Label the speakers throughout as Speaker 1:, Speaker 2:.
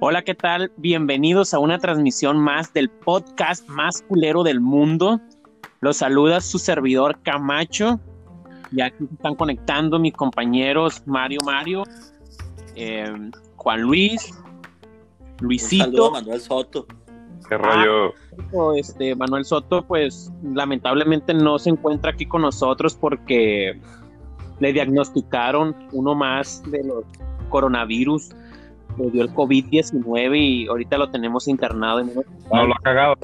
Speaker 1: Hola, ¿qué tal? Bienvenidos a una transmisión más del podcast más culero del mundo. Los saluda su servidor Camacho. Y aquí se están conectando mis compañeros Mario Mario, eh, Juan Luis,
Speaker 2: Un saludo a
Speaker 1: Luisito.
Speaker 2: Manuel Soto.
Speaker 3: ¿Qué rollo?
Speaker 1: o, Este, Manuel Soto, pues lamentablemente no se encuentra aquí con nosotros porque le diagnosticaron uno más de los coronavirus. Le dio el COVID-19 y ahorita lo tenemos internado en un
Speaker 3: No lo ha cagado.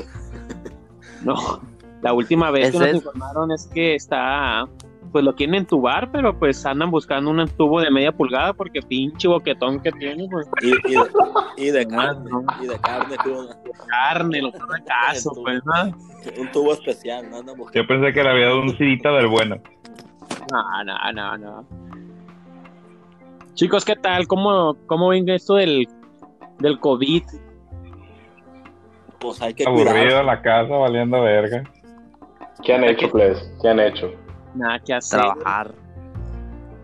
Speaker 1: No, la última vez que
Speaker 4: Ese
Speaker 1: nos
Speaker 4: es.
Speaker 1: informaron es que está, pues lo quieren entubar, pero pues andan buscando un tubo de media pulgada porque pinche boquetón que tiene, pues
Speaker 2: Y, y de, y de carne.
Speaker 1: no.
Speaker 2: Y de carne. tuvo una-
Speaker 1: carne, lo que no caso, pues ¿no?
Speaker 2: un tubo especial. No andan buscando.
Speaker 3: Yo pensé que le había dado un cirita del bueno.
Speaker 1: No, no, no, no. Chicos, ¿qué tal? ¿Cómo, cómo ven esto del, del COVID?
Speaker 2: Pues hay que
Speaker 3: Aburrido
Speaker 2: cuidar.
Speaker 3: en la casa, valiendo verga.
Speaker 5: ¿Qué han hecho, plebes? ¿Qué han hecho?
Speaker 1: Nada que hacer.
Speaker 4: Trabajar.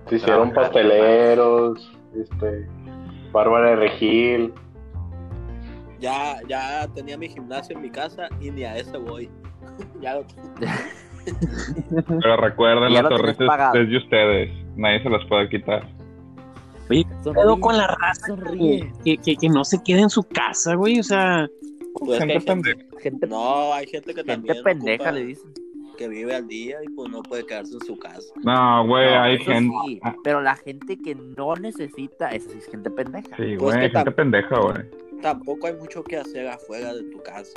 Speaker 5: Se
Speaker 2: Ah,
Speaker 5: hicieron
Speaker 4: Trabajar.
Speaker 5: pasteleros, este, Bárbara de Regil.
Speaker 2: Ya, ya tenía mi gimnasio en mi casa y ni a ese voy. ya lo
Speaker 3: Pero recuerden, la
Speaker 4: Ya lo tenés
Speaker 3: torreta
Speaker 4: pagado.
Speaker 3: es de ustedes. Nadie se las puede quitar.
Speaker 1: Oye, ¿qué pedo con la raza
Speaker 4: Sonríe.
Speaker 1: que, que, que- que no se quede en su casa, güey? O sea,
Speaker 2: Pues es que
Speaker 3: Gente
Speaker 2: hay gente,
Speaker 3: pendeja.
Speaker 4: Gente,
Speaker 2: no, hay gente que
Speaker 4: gente
Speaker 2: también.
Speaker 4: pendeja
Speaker 2: ocupa-
Speaker 4: le dicen.
Speaker 2: Que vive al día y pues no puede quedarse en su casa.
Speaker 3: No, güey,
Speaker 4: No, pues,
Speaker 3: hay
Speaker 4: eso
Speaker 3: gente.
Speaker 4: sí,
Speaker 3: Ah,
Speaker 4: pero la gente que no necesita, esa sí es gente pendeja.
Speaker 3: Sí, güey,
Speaker 2: Pues que
Speaker 3: gente
Speaker 2: tam-
Speaker 3: pendeja, güey.
Speaker 2: Tampoco hay mucho que hacer afuera de tu casa.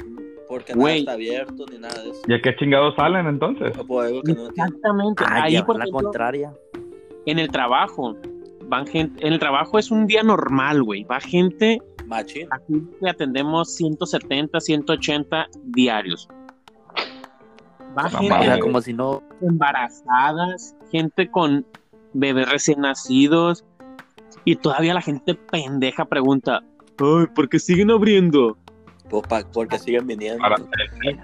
Speaker 2: Porque nada
Speaker 1: Güey.
Speaker 2: está abierto ni nada de eso.
Speaker 3: ¿Y a qué chingados salen entonces?
Speaker 2: Pues algo que
Speaker 1: Mm.
Speaker 2: no entiendo.
Speaker 1: exactamente.
Speaker 4: Ah,
Speaker 1: ahí,
Speaker 4: llevar
Speaker 1: por
Speaker 4: la
Speaker 1: ejemplo,
Speaker 4: contraria.
Speaker 1: en el trabajo. Van gente, en el trabajo es un día normal, güey. Va gente,
Speaker 2: Machín.
Speaker 1: aquí le atendemos 170, 180 diarios. Va
Speaker 3: No
Speaker 1: gente
Speaker 3: mames.
Speaker 4: Mira, como si no.
Speaker 1: embarazadas, gente con bebés recién nacidos. Y todavía la gente pendeja pregunta, Ay, ¿por qué siguen abriendo?
Speaker 2: Pues pa- porque siguen viniendo.
Speaker 3: Para-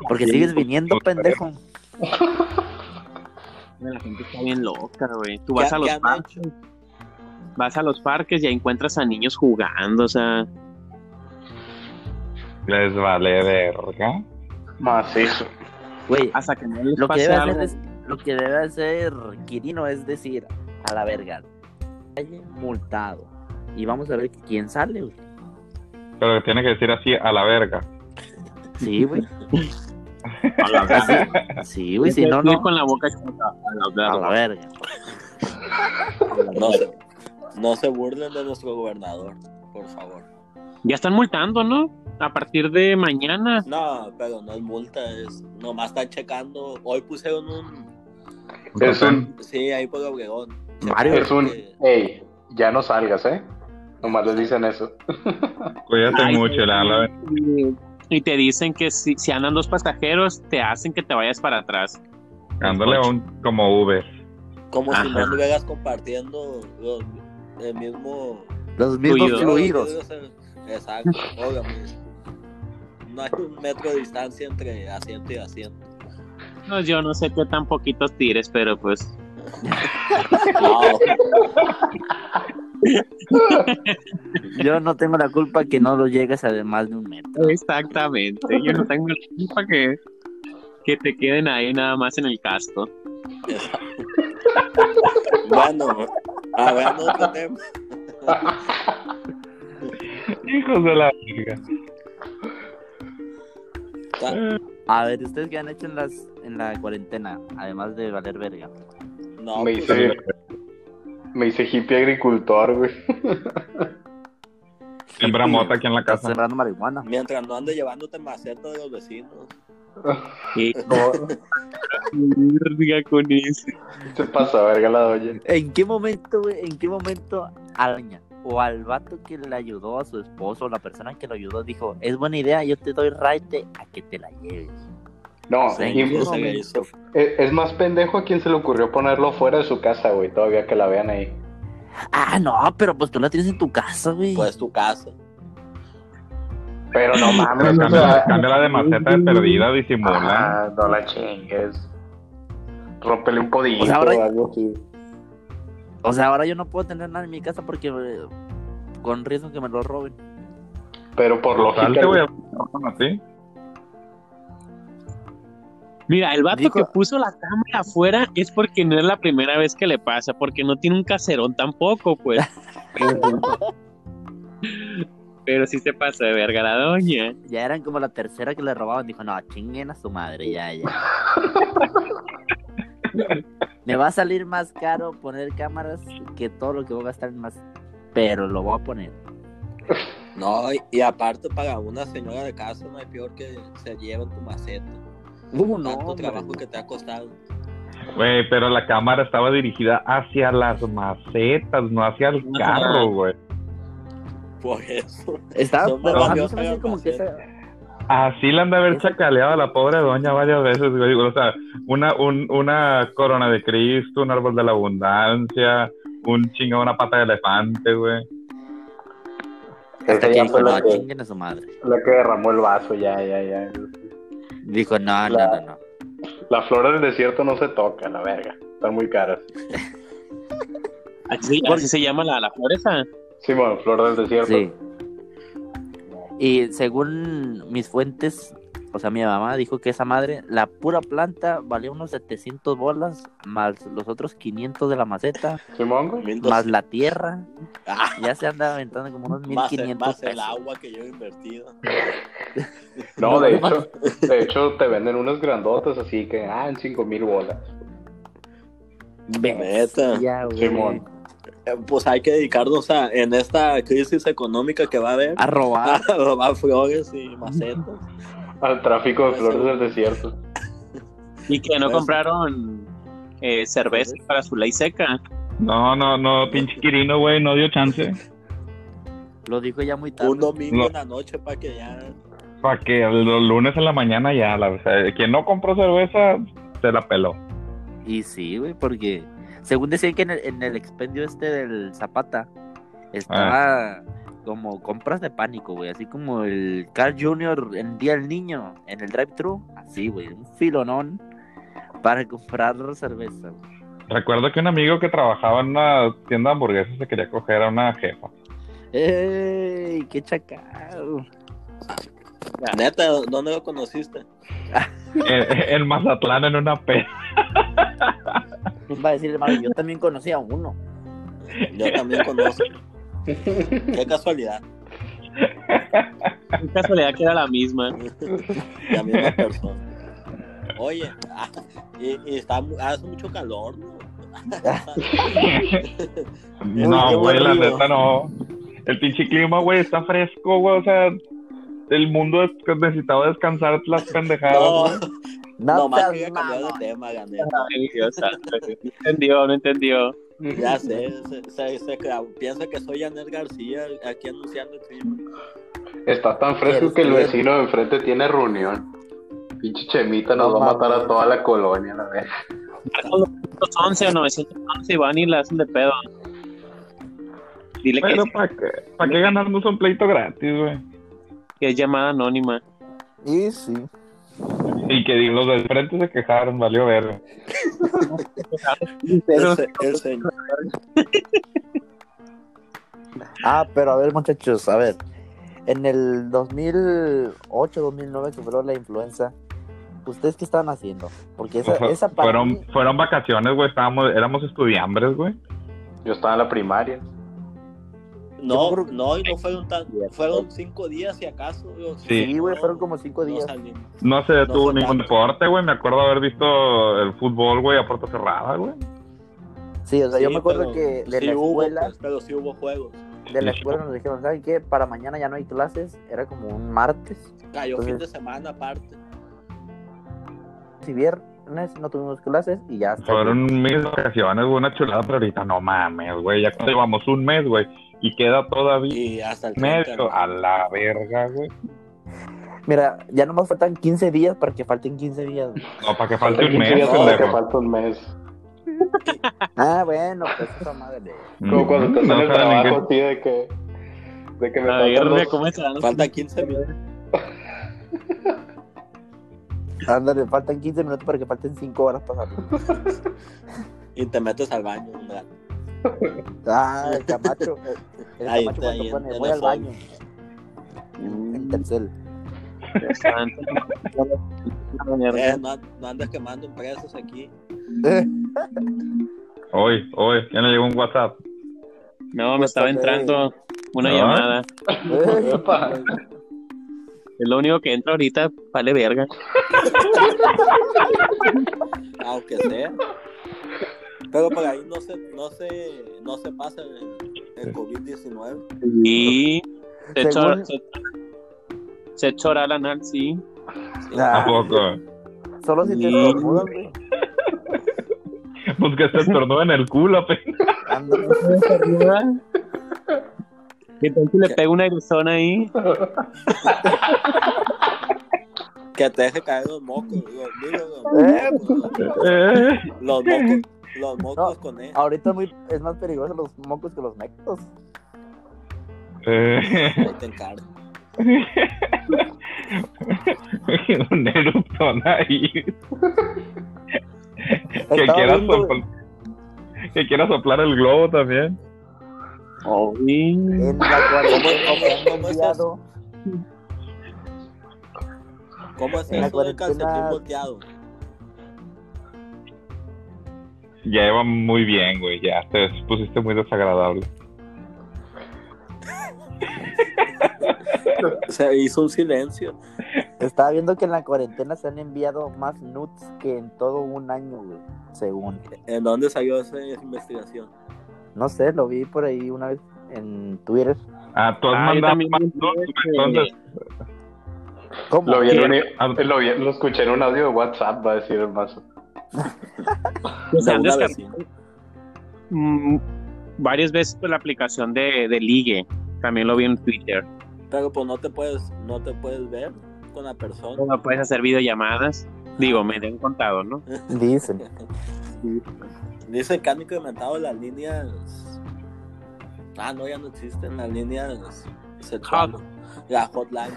Speaker 4: Porque sigues viniendo, pendejo.
Speaker 1: La gente está bien loca, güey. Tú vas
Speaker 2: ¿Qué-
Speaker 1: a los
Speaker 2: qué han
Speaker 1: parques, vas a los parques y ahí encuentras a niños jugando, o sea...
Speaker 3: Les vale verga.
Speaker 5: Macizo.
Speaker 4: Güey,
Speaker 1: hasta que no les
Speaker 4: lo que,
Speaker 1: pase
Speaker 4: debe
Speaker 1: algo.
Speaker 4: hacer es- lo que debe hacer Quirino es decir, a la verga, calle multado. Y vamos a ver quién sale, güey.
Speaker 3: Pero tiene que decir así, a la verga.
Speaker 4: Sí, güey.
Speaker 1: A la verga.
Speaker 4: Sí, güey, si no,
Speaker 1: Ir
Speaker 4: no.
Speaker 1: con la boca chuta. A la verga.
Speaker 4: A la verga.
Speaker 2: No se, no se burlen de nuestro gobernador, por favor.
Speaker 1: Ya están multando, ¿no? A partir de mañana.
Speaker 2: No, pero no es multa, es nomás están checando. Hoy pusieron un.
Speaker 5: Es un,
Speaker 2: Sí, ahí por Obregón.
Speaker 4: Mario,
Speaker 5: es un,
Speaker 2: Que-
Speaker 5: hey, ya no salgas, ¿eh? Nomás les dicen eso.
Speaker 3: Cuídate
Speaker 1: Ay,
Speaker 3: mucho, la, la-
Speaker 1: y- Y te dicen que si, si andan dos pasajeros, te hacen que te vayas para atrás.
Speaker 3: dándole a un como Uber.
Speaker 2: Como si
Speaker 1: Ajá.
Speaker 2: no estuvieras compartiendo los- el mismo.
Speaker 4: Los mismos
Speaker 1: Fluidos.
Speaker 4: fluidos.
Speaker 2: Exacto, obviamente. No hay un metro de distancia entre asiento y asiento.
Speaker 1: No, yo no sé qué tan poquitos tires, pero pues.
Speaker 2: No,
Speaker 4: Yo no tengo la culpa que no lo llegues a más de un metro.
Speaker 1: Exactamente. Yo no tengo la culpa que, que te queden ahí nada más en el casco.
Speaker 2: bueno, hablando de otro tema.
Speaker 3: Hijos de la verga.
Speaker 4: A ver, ¿ustedes qué han hecho en, las, en la cuarentena? Además de valer verga.
Speaker 2: No,
Speaker 5: me,
Speaker 2: pues,
Speaker 5: hice, me hice hippie agricultor, güey.
Speaker 3: Sembra mota aquí en la
Speaker 4: Estás
Speaker 3: casa.
Speaker 4: cerrando marihuana.
Speaker 2: mientras no andes llevándote macetas de los vecinos.
Speaker 1: Y
Speaker 5: No,
Speaker 1: verga con eso.
Speaker 5: se pasa, verga, la doña.
Speaker 4: ¿En qué momento, güey? ¿En qué momento a la niña o al vato que le ayudó a su esposo, la persona que lo ayudó, dijo, es buena idea, yo te doy raite a que te la lleves?
Speaker 5: No,
Speaker 4: Sí,
Speaker 5: y-
Speaker 4: yo
Speaker 2: O sea, que hizo-
Speaker 5: es, es más pendejo a quien se le ocurrió ponerlo fuera de su casa, güey, todavía que la vean ahí.
Speaker 4: Ah, no, pero pues tú la tienes en tu casa, güey.
Speaker 2: Pues tu casa.
Speaker 5: Pero no mames,
Speaker 3: Pero
Speaker 5: o sea,
Speaker 3: cambia, cambia la de maceta de perdida, disimula.
Speaker 5: Ah, no la chingues. Rómpele un podillo
Speaker 4: O sea, ahora-
Speaker 5: o algo así.
Speaker 4: O sea, ahora yo no puedo tener nada en mi casa porque eh, con riesgo que me lo roben.
Speaker 5: Pero por
Speaker 3: Salte,
Speaker 5: lógica,
Speaker 3: güey.
Speaker 5: güey,
Speaker 3: a ti.
Speaker 1: Mira, el vato
Speaker 4: Dijo-
Speaker 1: que puso la cámara afuera es porque no es la primera vez que le pasa, porque no tiene un caserón tampoco, pues. Pero sí se pasa de verga la doña.
Speaker 4: Ya eran como la tercera que le robaban. Dijo, no, chinguen a su madre, ya, ya. Me va a salir más caro poner cámaras que todo lo que voy a gastar en más. Pero lo voy a poner.
Speaker 2: No, y, y aparte para una señora de casa no hay peor que se lleven tu maceta.
Speaker 4: ¿Cómo
Speaker 2: Tanto
Speaker 4: Uh, hombre?
Speaker 2: trabajo que te ha costado.
Speaker 3: Güey, pero la cámara estaba dirigida hacia las macetas, no hacia el carro, güey.
Speaker 2: Por eso.
Speaker 4: Estaba,
Speaker 2: Son
Speaker 4: pero
Speaker 2: más
Speaker 4: a mí
Speaker 2: valiosos
Speaker 4: se me hace
Speaker 2: que
Speaker 4: como que esa-
Speaker 3: Así la han de haber chacaleado a la pobre doña varias veces, güey. O sea, una, un- una corona de Cristo, un árbol de la abundancia, un chingo, una pata de elefante, güey.
Speaker 4: Hasta
Speaker 5: esa
Speaker 4: que
Speaker 5: ya
Speaker 4: dijo,
Speaker 5: fue
Speaker 4: no,
Speaker 5: la que,
Speaker 4: chinguen a su madre.
Speaker 5: la que derramó el vaso, ya, ya, ya.
Speaker 4: Dijo, no, no, no, no.
Speaker 5: La flor del desierto no se toca, la verga. Están muy caras.
Speaker 1: Así, así se llama la, la flor esa.
Speaker 5: Sí, bueno, flor del desierto.
Speaker 4: Sí. Y según mis fuentes, o sea, mi mamá dijo que esa madre, la pura planta valía unos 700 bolas, más los otros 500 de la maceta,
Speaker 5: Simón, güey.
Speaker 4: más la tierra.
Speaker 2: Ah,
Speaker 4: Ya se anda aventando como unos
Speaker 2: más, el,
Speaker 4: 1500
Speaker 2: más el
Speaker 4: pesos.
Speaker 2: agua que yo he invertido.
Speaker 5: No,
Speaker 4: No,
Speaker 5: de
Speaker 4: no.
Speaker 5: hecho, de hecho te venden unas grandotas así que, ah, en cinco mil bolas.
Speaker 2: Neta.
Speaker 4: Ya, güey.
Speaker 5: Simón.
Speaker 2: Eh, Pues hay que dedicarnos a, en esta crisis económica que va a haber,
Speaker 4: A robar.
Speaker 2: a robar flores y macetas.
Speaker 5: Al tráfico de
Speaker 2: Eso.
Speaker 5: flores del desierto.
Speaker 1: Y que no
Speaker 2: Pues-
Speaker 1: compraron eh, cerveza para su ley seca.
Speaker 3: No, no, no, pinche Quirino, güey, no dio chance.
Speaker 2: Ah.
Speaker 4: Lo dijo ya muy tarde.
Speaker 2: Un domingo
Speaker 3: No.
Speaker 2: en la noche para que ya.
Speaker 3: Para que los lunes en la mañana ya, la, o sea, quien no compró cerveza, se la peló.
Speaker 4: Y sí, güey, porque según decían que en el, en el expendio este del Zapata estaba como compras de pánico, güey, así como el Carl Jr. en Día del Niño, en el drive-thru, así, güey, un filonón para comprar cerveza. güey.
Speaker 3: Recuerdo que un amigo que trabajaba en una tienda de hamburguesas se quería coger a una jefa.
Speaker 4: ¡Ey! ¡Qué chacal!
Speaker 2: Neta, ¿dónde lo conociste?
Speaker 3: En, en Mazatlán, en una peda.
Speaker 4: Va a decir, hermano, yo también conocía a uno.
Speaker 2: Yo también conozco. Qué casualidad.
Speaker 1: En casualidad que era la misma.
Speaker 2: La misma persona. Oye, ah, y, y está, mu- hace mucho calor, ¿no?
Speaker 3: No,
Speaker 2: qué
Speaker 3: güey, la
Speaker 2: aburrido.
Speaker 3: neta no. El pinche clima, güey, está fresco, güey. O sea, el mundo es- necesitaba descansar las pendejadas.
Speaker 2: No,
Speaker 3: güey.
Speaker 4: No,
Speaker 2: nomás
Speaker 4: seas
Speaker 2: quería cambiar de tema, gané.
Speaker 1: Ay, Dios santo. No entendió, no entendió.
Speaker 2: Ya sé, se, se- se cla- piensa que soy Anel García aquí anunciando el clima.
Speaker 5: Está tan fresco
Speaker 4: Pero
Speaker 5: que el
Speaker 4: sí.
Speaker 5: vecino de enfrente tiene reunión. Pinche chemita nos
Speaker 4: No
Speaker 5: va a matar
Speaker 4: mames.
Speaker 5: a toda la colonia, la verga.
Speaker 1: Marcos 911 o 911 y van y la hacen de pedo. Dile que
Speaker 3: Pero
Speaker 1: es,
Speaker 3: ¿para qué, pa' qué ganarnos un pleito gratis, güey?
Speaker 1: que es llamada anónima.
Speaker 4: Y sí.
Speaker 3: Y que los del frente se quejaron, valió ver.
Speaker 1: Pero-
Speaker 2: El se- el señor-
Speaker 4: Ah, pero a ver, muchachos, a ver. En el 2008, 2009 que fue la influenza, ¿ustedes qué estaban haciendo? Porque esa, esa para
Speaker 3: fueron,
Speaker 4: mí-
Speaker 3: fueron vacaciones, güey. Estábamos, éramos estudiambres, güey.
Speaker 5: Yo estaba en la primaria.
Speaker 2: No, no, y no fueron tan, fueron cinco días si acaso. yo-
Speaker 3: Sí.
Speaker 4: Sí, güey, fueron como cinco
Speaker 2: No
Speaker 4: días.
Speaker 2: salimos.
Speaker 3: No se detuvo
Speaker 2: No,
Speaker 3: ningún
Speaker 2: no.
Speaker 3: deporte, güey. Me acuerdo haber visto el fútbol, güey, a puerta cerrada, güey.
Speaker 4: Sí, o sea, yo
Speaker 2: Sí,
Speaker 4: me acuerdo
Speaker 2: pero
Speaker 4: que de
Speaker 2: sí
Speaker 4: la
Speaker 2: hubo,
Speaker 4: escuela,
Speaker 2: pues, pero sí hubo juegos.
Speaker 4: de la escuela nos dijeron, ¿saben qué? Para mañana ya no hay clases, era como un martes.
Speaker 2: Cayó
Speaker 4: Entonces-
Speaker 2: fin de semana aparte.
Speaker 4: Si viernes no tuvimos clases y ya hasta
Speaker 3: Fueron mis vacaciones, güey, una chulada, pero ahorita no mames, güey. Ya cuando llevamos un mes, güey. Y queda todavía
Speaker 2: Y hasta el
Speaker 3: medio
Speaker 2: 30,
Speaker 3: a la verga, güey.
Speaker 4: Mira, ya nomás faltan 15 días para que falten 15 días. güey.
Speaker 3: No, para que falte un mes,
Speaker 5: días
Speaker 2: no,
Speaker 5: para que
Speaker 3: pendejo.
Speaker 5: falta un mes.
Speaker 4: Ah, bueno, pues esa madre.
Speaker 5: Como cuando
Speaker 3: Mm,
Speaker 5: estás
Speaker 3: no
Speaker 5: en
Speaker 3: saben en
Speaker 5: el
Speaker 3: qué-
Speaker 5: trabajo, así de que... De que me
Speaker 1: A
Speaker 5: faltan
Speaker 1: ver,
Speaker 5: dos-
Speaker 1: mira ¿cómo estarán los-
Speaker 2: Falta 15 minutos.
Speaker 4: Ándale, faltan 15 minutos para que falten 5 horas para salir.
Speaker 2: Y te metes al baño un rato.
Speaker 4: Ah, el Camacho. El
Speaker 2: Ahí
Speaker 4: Camacho
Speaker 2: está, ahí
Speaker 4: cuando
Speaker 2: en-
Speaker 4: pone,
Speaker 2: en
Speaker 4: voy
Speaker 2: el
Speaker 4: al baño. en, en Telcel.
Speaker 1: O sea, antes no-
Speaker 2: Eh, no, no andas quemando empresas aquí.
Speaker 3: Hoy, hoy, ya le llegó un WhatsApp.
Speaker 1: No, me estaba entrando una
Speaker 3: Ah.
Speaker 1: llamada.
Speaker 5: Epa.
Speaker 1: Es lo único que entra ahorita, vale verga.
Speaker 2: Aunque sea. Pero por ahí no se, no se, no se pasa el, el COVID-19.
Speaker 1: Y se
Speaker 4: Según-
Speaker 1: chora, se, se chora la anal, sí.
Speaker 4: Ah,
Speaker 3: ¿A poco?
Speaker 4: Solo si te
Speaker 1: Sí.
Speaker 4: estornudan, güey.
Speaker 3: Pues que se estornuda en el culo, apenas.
Speaker 4: Ándale.
Speaker 1: Y entonces le pega una arizona ahí.
Speaker 2: Que te deje caer los mocos. Los, digo, los,
Speaker 4: Eh.
Speaker 2: mocos,
Speaker 3: Eh,
Speaker 2: los mocos. Los mocos con E. él.
Speaker 4: Ahorita es muy, es más peligroso los mocos que los mecos.
Speaker 3: eh,
Speaker 2: Ahí te encargo.
Speaker 3: un eruptón ahí. Que pues,
Speaker 4: Estaba
Speaker 3: quiera,
Speaker 4: viendo, güey,
Speaker 3: sopl- que quiera soplar el globo también.
Speaker 1: Oh, y-
Speaker 4: en la
Speaker 2: ¿Cómo-
Speaker 4: cuarentena
Speaker 2: cómo- cómo es
Speaker 4: volteado.
Speaker 2: ¿Cómo es
Speaker 4: En la
Speaker 2: eso del calcetín
Speaker 4: cuarentena-
Speaker 2: volteado?
Speaker 3: Ya iba muy bien, güey. Ya te pusiste muy desagradable.
Speaker 2: Se hizo un silencio.
Speaker 4: Estaba viendo que en la cuarentena se han enviado más nudes que en todo un año, güey. Según.
Speaker 2: ¿En dónde salió esa esa investigación?
Speaker 4: No sé, lo vi por ahí una vez en Twitter.
Speaker 3: Ah, tú has
Speaker 1: Ah, yo
Speaker 3: mandado
Speaker 1: también
Speaker 3: más
Speaker 1: vi un
Speaker 3: nudes,
Speaker 1: video
Speaker 3: güey, entonces.
Speaker 4: ¿Cómo?
Speaker 5: Lo vi, en un- eh,
Speaker 3: ¿Qué?
Speaker 5: lo vi- lo escuché en un audio de WhatsApp, va a decir el mazo.
Speaker 1: que se
Speaker 2: De
Speaker 1: han
Speaker 2: una
Speaker 1: descargado
Speaker 2: vecina.
Speaker 1: mm, varias veces por la aplicación de, de Ligue. También lo vi en Twitter.
Speaker 2: Pero pues no te puedes, no te puedes ver con la persona.
Speaker 1: No puedes hacer videollamadas. Digo, me han contado, ¿no?
Speaker 4: Dicen.
Speaker 2: Dice que han incrementado las líneas. Ah, no, ya no existen las líneas sexuales. La hotline.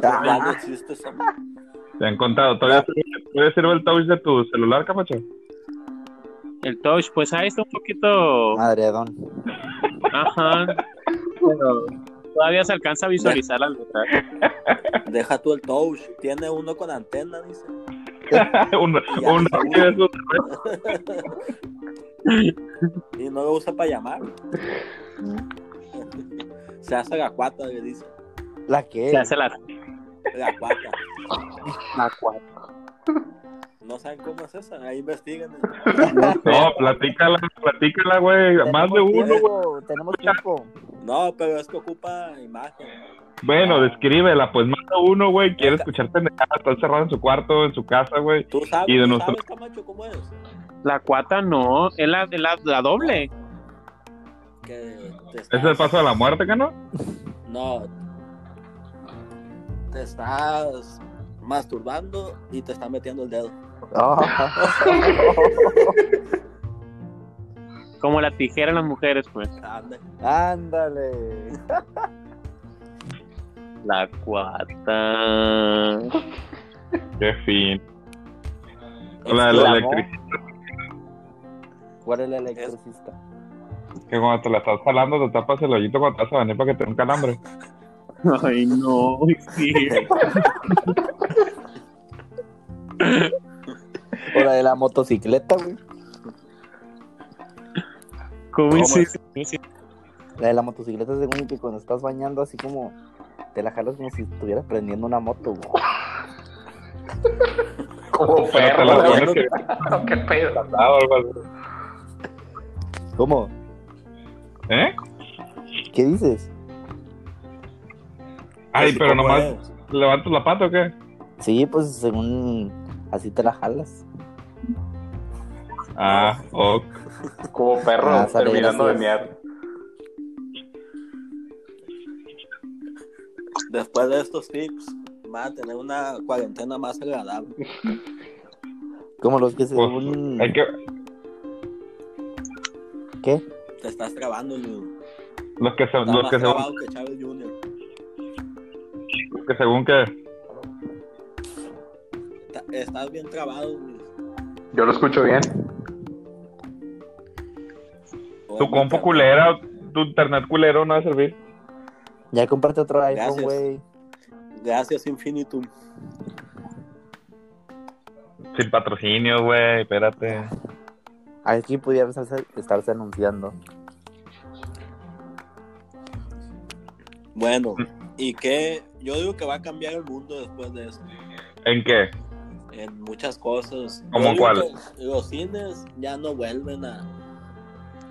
Speaker 1: Ah.
Speaker 2: Ya no existe esa.
Speaker 3: Te han contado. ¿Todavía, todavía sirve el touch de tu celular, capacho?
Speaker 1: El touch, pues ahí está un poquito.
Speaker 4: Ah. Madreadón.
Speaker 1: Ajá. Pero todavía se alcanza a visualizar la letra.
Speaker 2: Deja tú el touch. Tiene uno con antena, dice.
Speaker 3: un
Speaker 2: Ya.
Speaker 3: un radio de esos.
Speaker 2: Y no lo usa para llamar. Se hace la cuata, le dice.
Speaker 4: ¿La que
Speaker 1: Se hace la.
Speaker 2: La cuata.
Speaker 1: la cuarta.
Speaker 2: No saben cómo es esa. Ahí investigan.
Speaker 3: No, platícala, platícala, güey. Más de uno.
Speaker 4: Tenemos tiempo.
Speaker 2: No, pero es que ocupa imagen.
Speaker 3: Bueno, descríbela, pues más de uno, güey. Quiere escuchar pendejadas. Está encerrado en su cuarto, en su casa, güey.
Speaker 2: Tú sabes,
Speaker 3: Y de
Speaker 2: tú
Speaker 3: nuestro-
Speaker 2: sabes, Camacho, cómo es.
Speaker 1: La cuarta no, es la, es la, la doble.
Speaker 2: Que te
Speaker 3: ¿Ese es el paso de la muerte, ¿qué no?
Speaker 2: No. Te estás masturbando y te está metiendo el dedo. Ah.
Speaker 1: Como la tijera en las mujeres, pues.
Speaker 2: Ande.
Speaker 4: Ándale.
Speaker 1: La cuarta.
Speaker 3: Qué fin. La de la
Speaker 4: Exclamó.
Speaker 3: electricidad,
Speaker 4: ¿Cuál es el electricista?
Speaker 3: que cuando te la estás jalando, te tapas el hoyito cuando te vas a bañar para que te dé un calambre.
Speaker 1: Ay, no, sí.
Speaker 4: O la de la motocicleta, güey.
Speaker 1: ¿Cómo hiciste?
Speaker 4: La de la motocicleta, según y que cuando estás bañando, así como te la jalas como si estuvieras prendiendo una moto, güey.
Speaker 5: Como
Speaker 3: Pero te
Speaker 5: perro,
Speaker 3: la
Speaker 5: güey.
Speaker 3: pones que
Speaker 5: qué pedo.
Speaker 3: Ah, o algo así.
Speaker 4: ¿Cómo?
Speaker 3: ¿Eh?
Speaker 4: ¿Qué dices?
Speaker 3: Ay,
Speaker 2: Así
Speaker 3: pero
Speaker 2: como
Speaker 3: nomás
Speaker 2: es.
Speaker 3: levantas la pata o qué?
Speaker 4: Sí, pues según así te la jalas.
Speaker 3: Ah, ok.
Speaker 5: Como perro,
Speaker 4: Ah, sale,
Speaker 5: terminando de
Speaker 4: gracias.
Speaker 5: mear.
Speaker 2: Después de estos tips, van a tener una cuarentena más agradable.
Speaker 4: Como los que
Speaker 3: Pues,
Speaker 4: según...
Speaker 3: hay que,
Speaker 4: ¿Qué?
Speaker 2: Te estás trabando, Lu.
Speaker 3: los que, se-
Speaker 2: Está
Speaker 3: los
Speaker 2: más
Speaker 3: que, se-
Speaker 2: trabado que Chávez Jr.
Speaker 3: los que según que...
Speaker 2: Ta- Estás bien trabado, Luis.
Speaker 5: Yo lo escucho bien.
Speaker 3: Tu compu culera, tu internet culero no va a servir.
Speaker 4: Ya comprate otro iPhone,
Speaker 2: Gracias.
Speaker 4: güey.
Speaker 2: Gracias, Infinitum.
Speaker 3: Sin patrocinio, güey, espérate.
Speaker 4: Aquí pudieras hacer- estarse anunciando.
Speaker 2: Bueno,
Speaker 3: Mm.
Speaker 2: ¿y qué? Yo digo que va a cambiar el mundo después de esto.
Speaker 3: ¿En qué?
Speaker 2: En muchas cosas. Yo
Speaker 3: ¿Cómo
Speaker 2: digo
Speaker 3: cuál?
Speaker 2: que Los cines ya no vuelven a,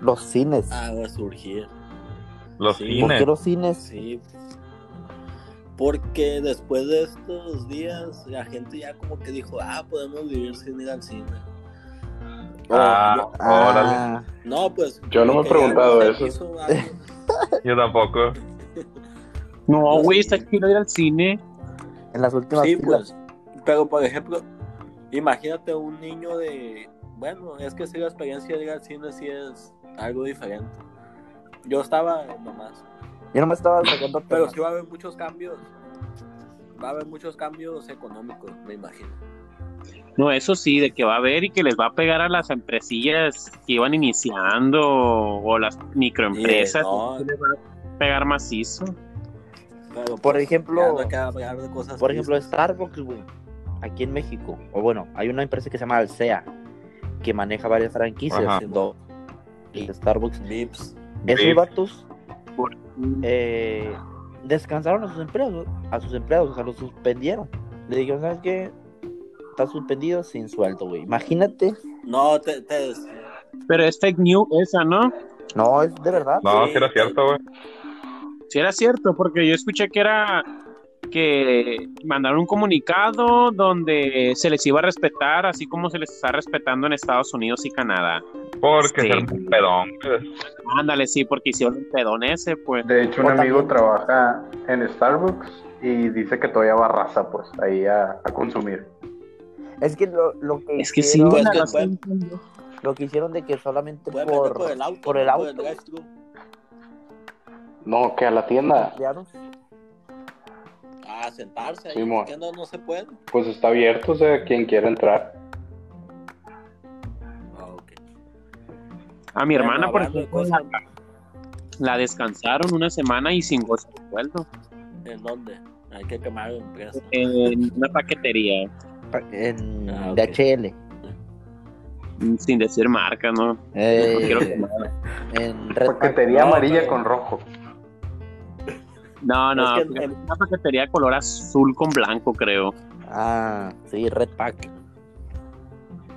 Speaker 4: Los cines.
Speaker 2: a resurgir.
Speaker 3: Los
Speaker 2: Sí.
Speaker 4: ¿Por
Speaker 3: cines.
Speaker 4: qué los cines?
Speaker 2: Sí. Porque después de estos días, la gente ya como que dijo, ah, podemos vivir sin ir al cine. O-
Speaker 3: Ah, órale.
Speaker 4: Ah,
Speaker 2: No, pues.
Speaker 5: Yo no
Speaker 2: como que
Speaker 5: me he
Speaker 2: ya
Speaker 5: preguntado
Speaker 2: se
Speaker 5: eso.
Speaker 2: hizo algo.
Speaker 3: Yo tampoco.
Speaker 1: No, güey, está chido ir al cine.
Speaker 4: en las últimas
Speaker 2: Sí,
Speaker 4: filas.
Speaker 2: pues. Pero, por ejemplo, imagínate un niño de. Bueno, es que si la experiencia de ir al cine sí es algo diferente. Yo estaba nomás.
Speaker 4: Yo no me estaba sacando
Speaker 2: Pero
Speaker 4: temas.
Speaker 2: sí va a haber muchos cambios. Va a haber muchos cambios económicos, me imagino.
Speaker 1: No, eso sí, de que va a haber y que les va a pegar a las empresillas que iban iniciando o las microempresas.
Speaker 2: Sí, no.
Speaker 1: sí les va a pegar macizo.
Speaker 2: Pero,
Speaker 4: Por
Speaker 2: pues,
Speaker 4: ejemplo-
Speaker 2: ya no hay que hablar de cosas
Speaker 4: Por ejemplo,
Speaker 2: tristes.
Speaker 4: Starbucks, güey. Aquí en México. O bueno, hay una empresa que se llama Alsea. Que maneja varias franquicias.
Speaker 3: Ajá.
Speaker 4: siendo el Starbucks.
Speaker 2: Vips.
Speaker 4: Esos
Speaker 3: Vips.
Speaker 4: vatos eh, descansaron a sus empleados. A sus empleados. O sea, los suspendieron. Le dijeron, ¿sabes qué? Está suspendido sin sueldo, güey. Imagínate.
Speaker 2: No, te, te-
Speaker 1: Pero es fake news esa, ¿no?
Speaker 4: No, es de verdad.
Speaker 3: No,
Speaker 2: Sí.
Speaker 3: si era cierto, güey.
Speaker 1: Si era cierto, porque yo escuché que era que mandaron un comunicado donde se les iba a respetar, así como se les está respetando en Estados Unidos y Canadá.
Speaker 3: Porque
Speaker 1: Sí.
Speaker 3: es el pedón.
Speaker 1: Ándale, sí, porque hicieron el pedón ese, pues.
Speaker 5: De hecho, un
Speaker 4: O
Speaker 5: amigo
Speaker 4: también-
Speaker 5: trabaja en Starbucks y dice que todavía va raza, pues, ahí a, a consumir.
Speaker 4: Es que lo, lo que
Speaker 1: Es que sí,
Speaker 4: hicieron,
Speaker 2: pues,
Speaker 1: la
Speaker 2: que
Speaker 1: razón-
Speaker 4: lo que hicieron de que solamente
Speaker 2: puedes
Speaker 4: por,
Speaker 2: meter por el auto.
Speaker 4: por el
Speaker 2: no
Speaker 4: auto.
Speaker 2: drive-thru.
Speaker 5: No, que a la tienda,
Speaker 4: empleados,
Speaker 2: A sentarse ahí.
Speaker 5: Sí, mo.
Speaker 2: ¿Qué no, no se puede?
Speaker 5: pues está abierto, o sea, quien quiera entrar.
Speaker 2: Ah, ok.
Speaker 1: A mi hermana, por
Speaker 2: Hablando de
Speaker 1: ejemplo,
Speaker 2: cosas,
Speaker 1: la descansaron una semana y sin gozo de sueldo
Speaker 2: ¿En dónde? Hay que quemar la empresa.
Speaker 1: en una paquetería,
Speaker 4: pa- en
Speaker 2: Ah, ok.
Speaker 4: DHL,
Speaker 1: sin decir marca, ¿no?
Speaker 4: eh,
Speaker 1: No quiero quemar.
Speaker 4: en Red Pack.
Speaker 5: Paquetería
Speaker 2: No,
Speaker 5: amarilla
Speaker 2: pero-
Speaker 5: con rojo.
Speaker 1: No, no,
Speaker 2: Es que en-
Speaker 1: una paquetería color azul con blanco, creo.
Speaker 4: Ah, sí, Red Pack.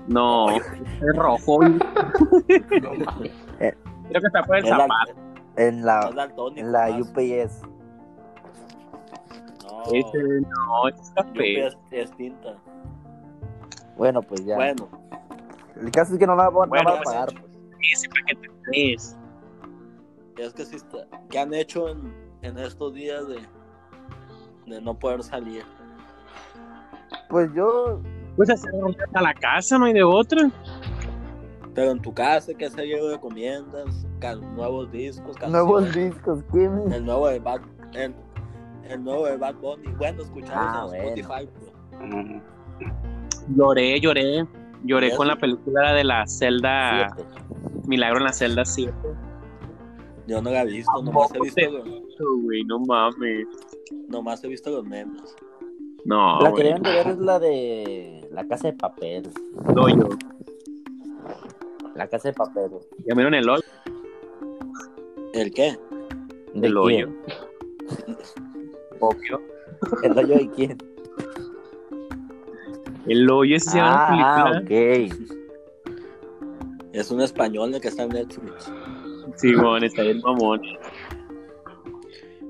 Speaker 1: No, es rojo. Eh, Creo que está por el
Speaker 2: Es la-
Speaker 1: zapato.
Speaker 4: En
Speaker 2: es
Speaker 4: la,
Speaker 2: daltónico,
Speaker 4: en la
Speaker 2: más.
Speaker 4: UPS.
Speaker 2: No,
Speaker 1: Ese no, es café.
Speaker 2: UPS es tinta.
Speaker 4: Bueno, pues ya.
Speaker 2: Bueno,
Speaker 4: El caso es que no la van, no
Speaker 1: Bueno,
Speaker 4: van a
Speaker 2: pues,
Speaker 4: pagar.
Speaker 1: Ese paquete es.
Speaker 2: pues. es que sí está. ¿Qué han hecho en, en estos días de, de no poder salir?
Speaker 4: Pues yo,
Speaker 1: Pues hacer a la casa, no hay de otra.
Speaker 2: Pero en tu casa, ¿qué serie recomiendas? Can- nuevos discos, canciones.
Speaker 4: nuevos discos, ¿qué me-
Speaker 2: El nuevo de Bad el, el nuevo de Bad Bunny. Bueno, escuchamos
Speaker 4: Ah,
Speaker 2: en
Speaker 4: bueno.
Speaker 2: Spotify. pues.
Speaker 5: Mm.
Speaker 1: Lloré, lloré. Lloré
Speaker 2: ¿Y
Speaker 1: con la
Speaker 2: eso?
Speaker 1: película de la celda
Speaker 4: Siete.
Speaker 1: Milagro en la celda 7.
Speaker 2: Yo no la he visto, nomás he
Speaker 1: Tampoco
Speaker 2: visto,
Speaker 1: te-
Speaker 2: los,
Speaker 1: Güey, no mames.
Speaker 2: nomás he visto los memes.
Speaker 1: No,
Speaker 4: la que
Speaker 1: güey,
Speaker 4: deben de ver es la de La Casa de Papel.
Speaker 1: no, yo.
Speaker 4: La Casa de Papel.
Speaker 1: Ya vieron el hoyo.
Speaker 2: ¿El qué?
Speaker 4: ¿De
Speaker 1: El hoyo.
Speaker 4: quién?
Speaker 1: Obvio.
Speaker 4: ¿El hoyo de quién?
Speaker 1: El hoyo ese se llama la
Speaker 4: Ah,
Speaker 1: película.
Speaker 4: ok.
Speaker 2: Es un español el que está en Netflix.
Speaker 1: Simón, está bien mamón.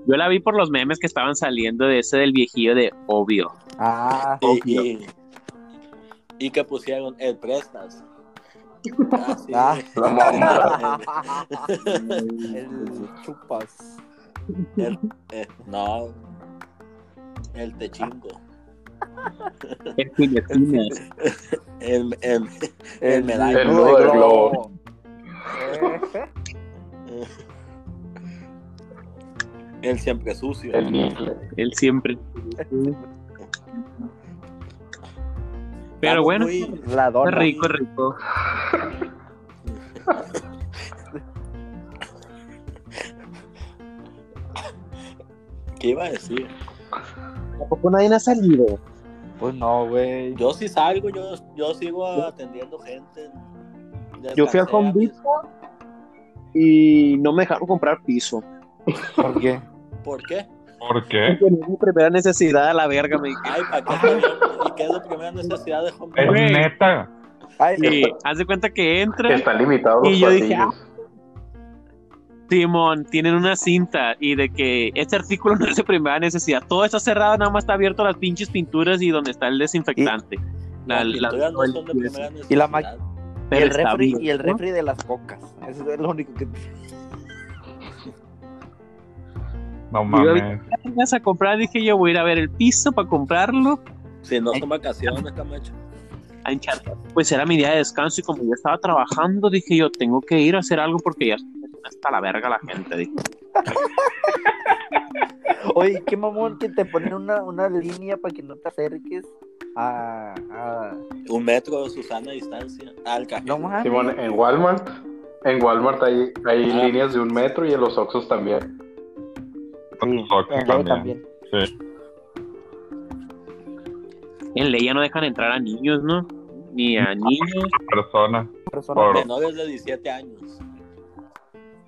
Speaker 1: Yo la vi por los memes que estaban saliendo de ese del viejillo de obvio.
Speaker 4: Ah,
Speaker 2: Y, y, y que pusieron el prestas. Ah, sí.
Speaker 4: Ah.
Speaker 5: La mamada.
Speaker 4: el chupas.
Speaker 2: El- eh, no. El te chingo.
Speaker 1: El Filipinas.
Speaker 2: El, el, El medallo.
Speaker 5: El nudo del globo.
Speaker 2: el siempre sucio.
Speaker 5: El nicle.
Speaker 1: Él siempre. Pero
Speaker 2: Estamos
Speaker 1: bueno,
Speaker 2: muy-
Speaker 4: La dona.
Speaker 1: rico, rico.
Speaker 2: ¿Qué iba a decir?
Speaker 1: Tampoco nadie ha salido.
Speaker 4: Pues no, güey.
Speaker 2: Yo sí salgo, yo, yo sigo atendiendo gente.
Speaker 1: Yo fui a
Speaker 2: Descansé
Speaker 1: Home
Speaker 2: antes.
Speaker 1: Depot y no me dejaron comprar piso.
Speaker 4: ¿Por qué?
Speaker 2: ¿Por qué?
Speaker 3: ¿Por qué?
Speaker 1: Porque no es mi primera necesidad a la verga, me dije.
Speaker 2: Ay, ¿para qué? está bien? ¿Y qué es la primera necesidad de Home
Speaker 3: Es
Speaker 2: Depot?
Speaker 1: Güey.
Speaker 3: neta.
Speaker 4: Ay,
Speaker 1: Sí, haz de cuenta que entra
Speaker 5: Está limitado los
Speaker 1: Y yo dije,
Speaker 5: pasillos.
Speaker 1: Simón, tienen una cinta y de que este artículo no es de primera necesidad. Todo está cerrado, nada más está abierto las pinches pinturas y donde está el desinfectante. La-
Speaker 2: Las
Speaker 1: la-
Speaker 2: pinturas no son de
Speaker 1: el-
Speaker 2: primera necesidad.
Speaker 4: Y la ma- y
Speaker 1: pero
Speaker 4: el
Speaker 1: está
Speaker 4: refri,
Speaker 1: abierto.
Speaker 4: y el refri de las cocas. Eso es lo único que.
Speaker 3: No mames.
Speaker 1: Ibas a comprar, dije yo, voy a ir a ver el piso para comprarlo.
Speaker 2: Si no son vacaciones, Camacho.
Speaker 1: a hinchar. Pues era mi día de descanso y como yo estaba trabajando, dije yo, tengo que ir a hacer algo porque ya está la verga la gente. dije.
Speaker 4: Oye, qué mamón que te ponen una, una línea para que no te acerques a. a...
Speaker 2: Un metro de Susana a distancia. Al cajero.
Speaker 4: No mames.
Speaker 5: Simón, en Walmart, en Walmart hay, hay
Speaker 2: Ah.
Speaker 5: líneas de un metro y en los Oxos también.
Speaker 4: Sí,
Speaker 3: Fuck,
Speaker 4: en Leo
Speaker 3: también.
Speaker 4: también.
Speaker 1: En ley ya no dejan entrar a niños, ¿no? Ni a niños.
Speaker 3: Persona.
Speaker 4: Persona,
Speaker 3: Por,
Speaker 2: Menores de 17 años.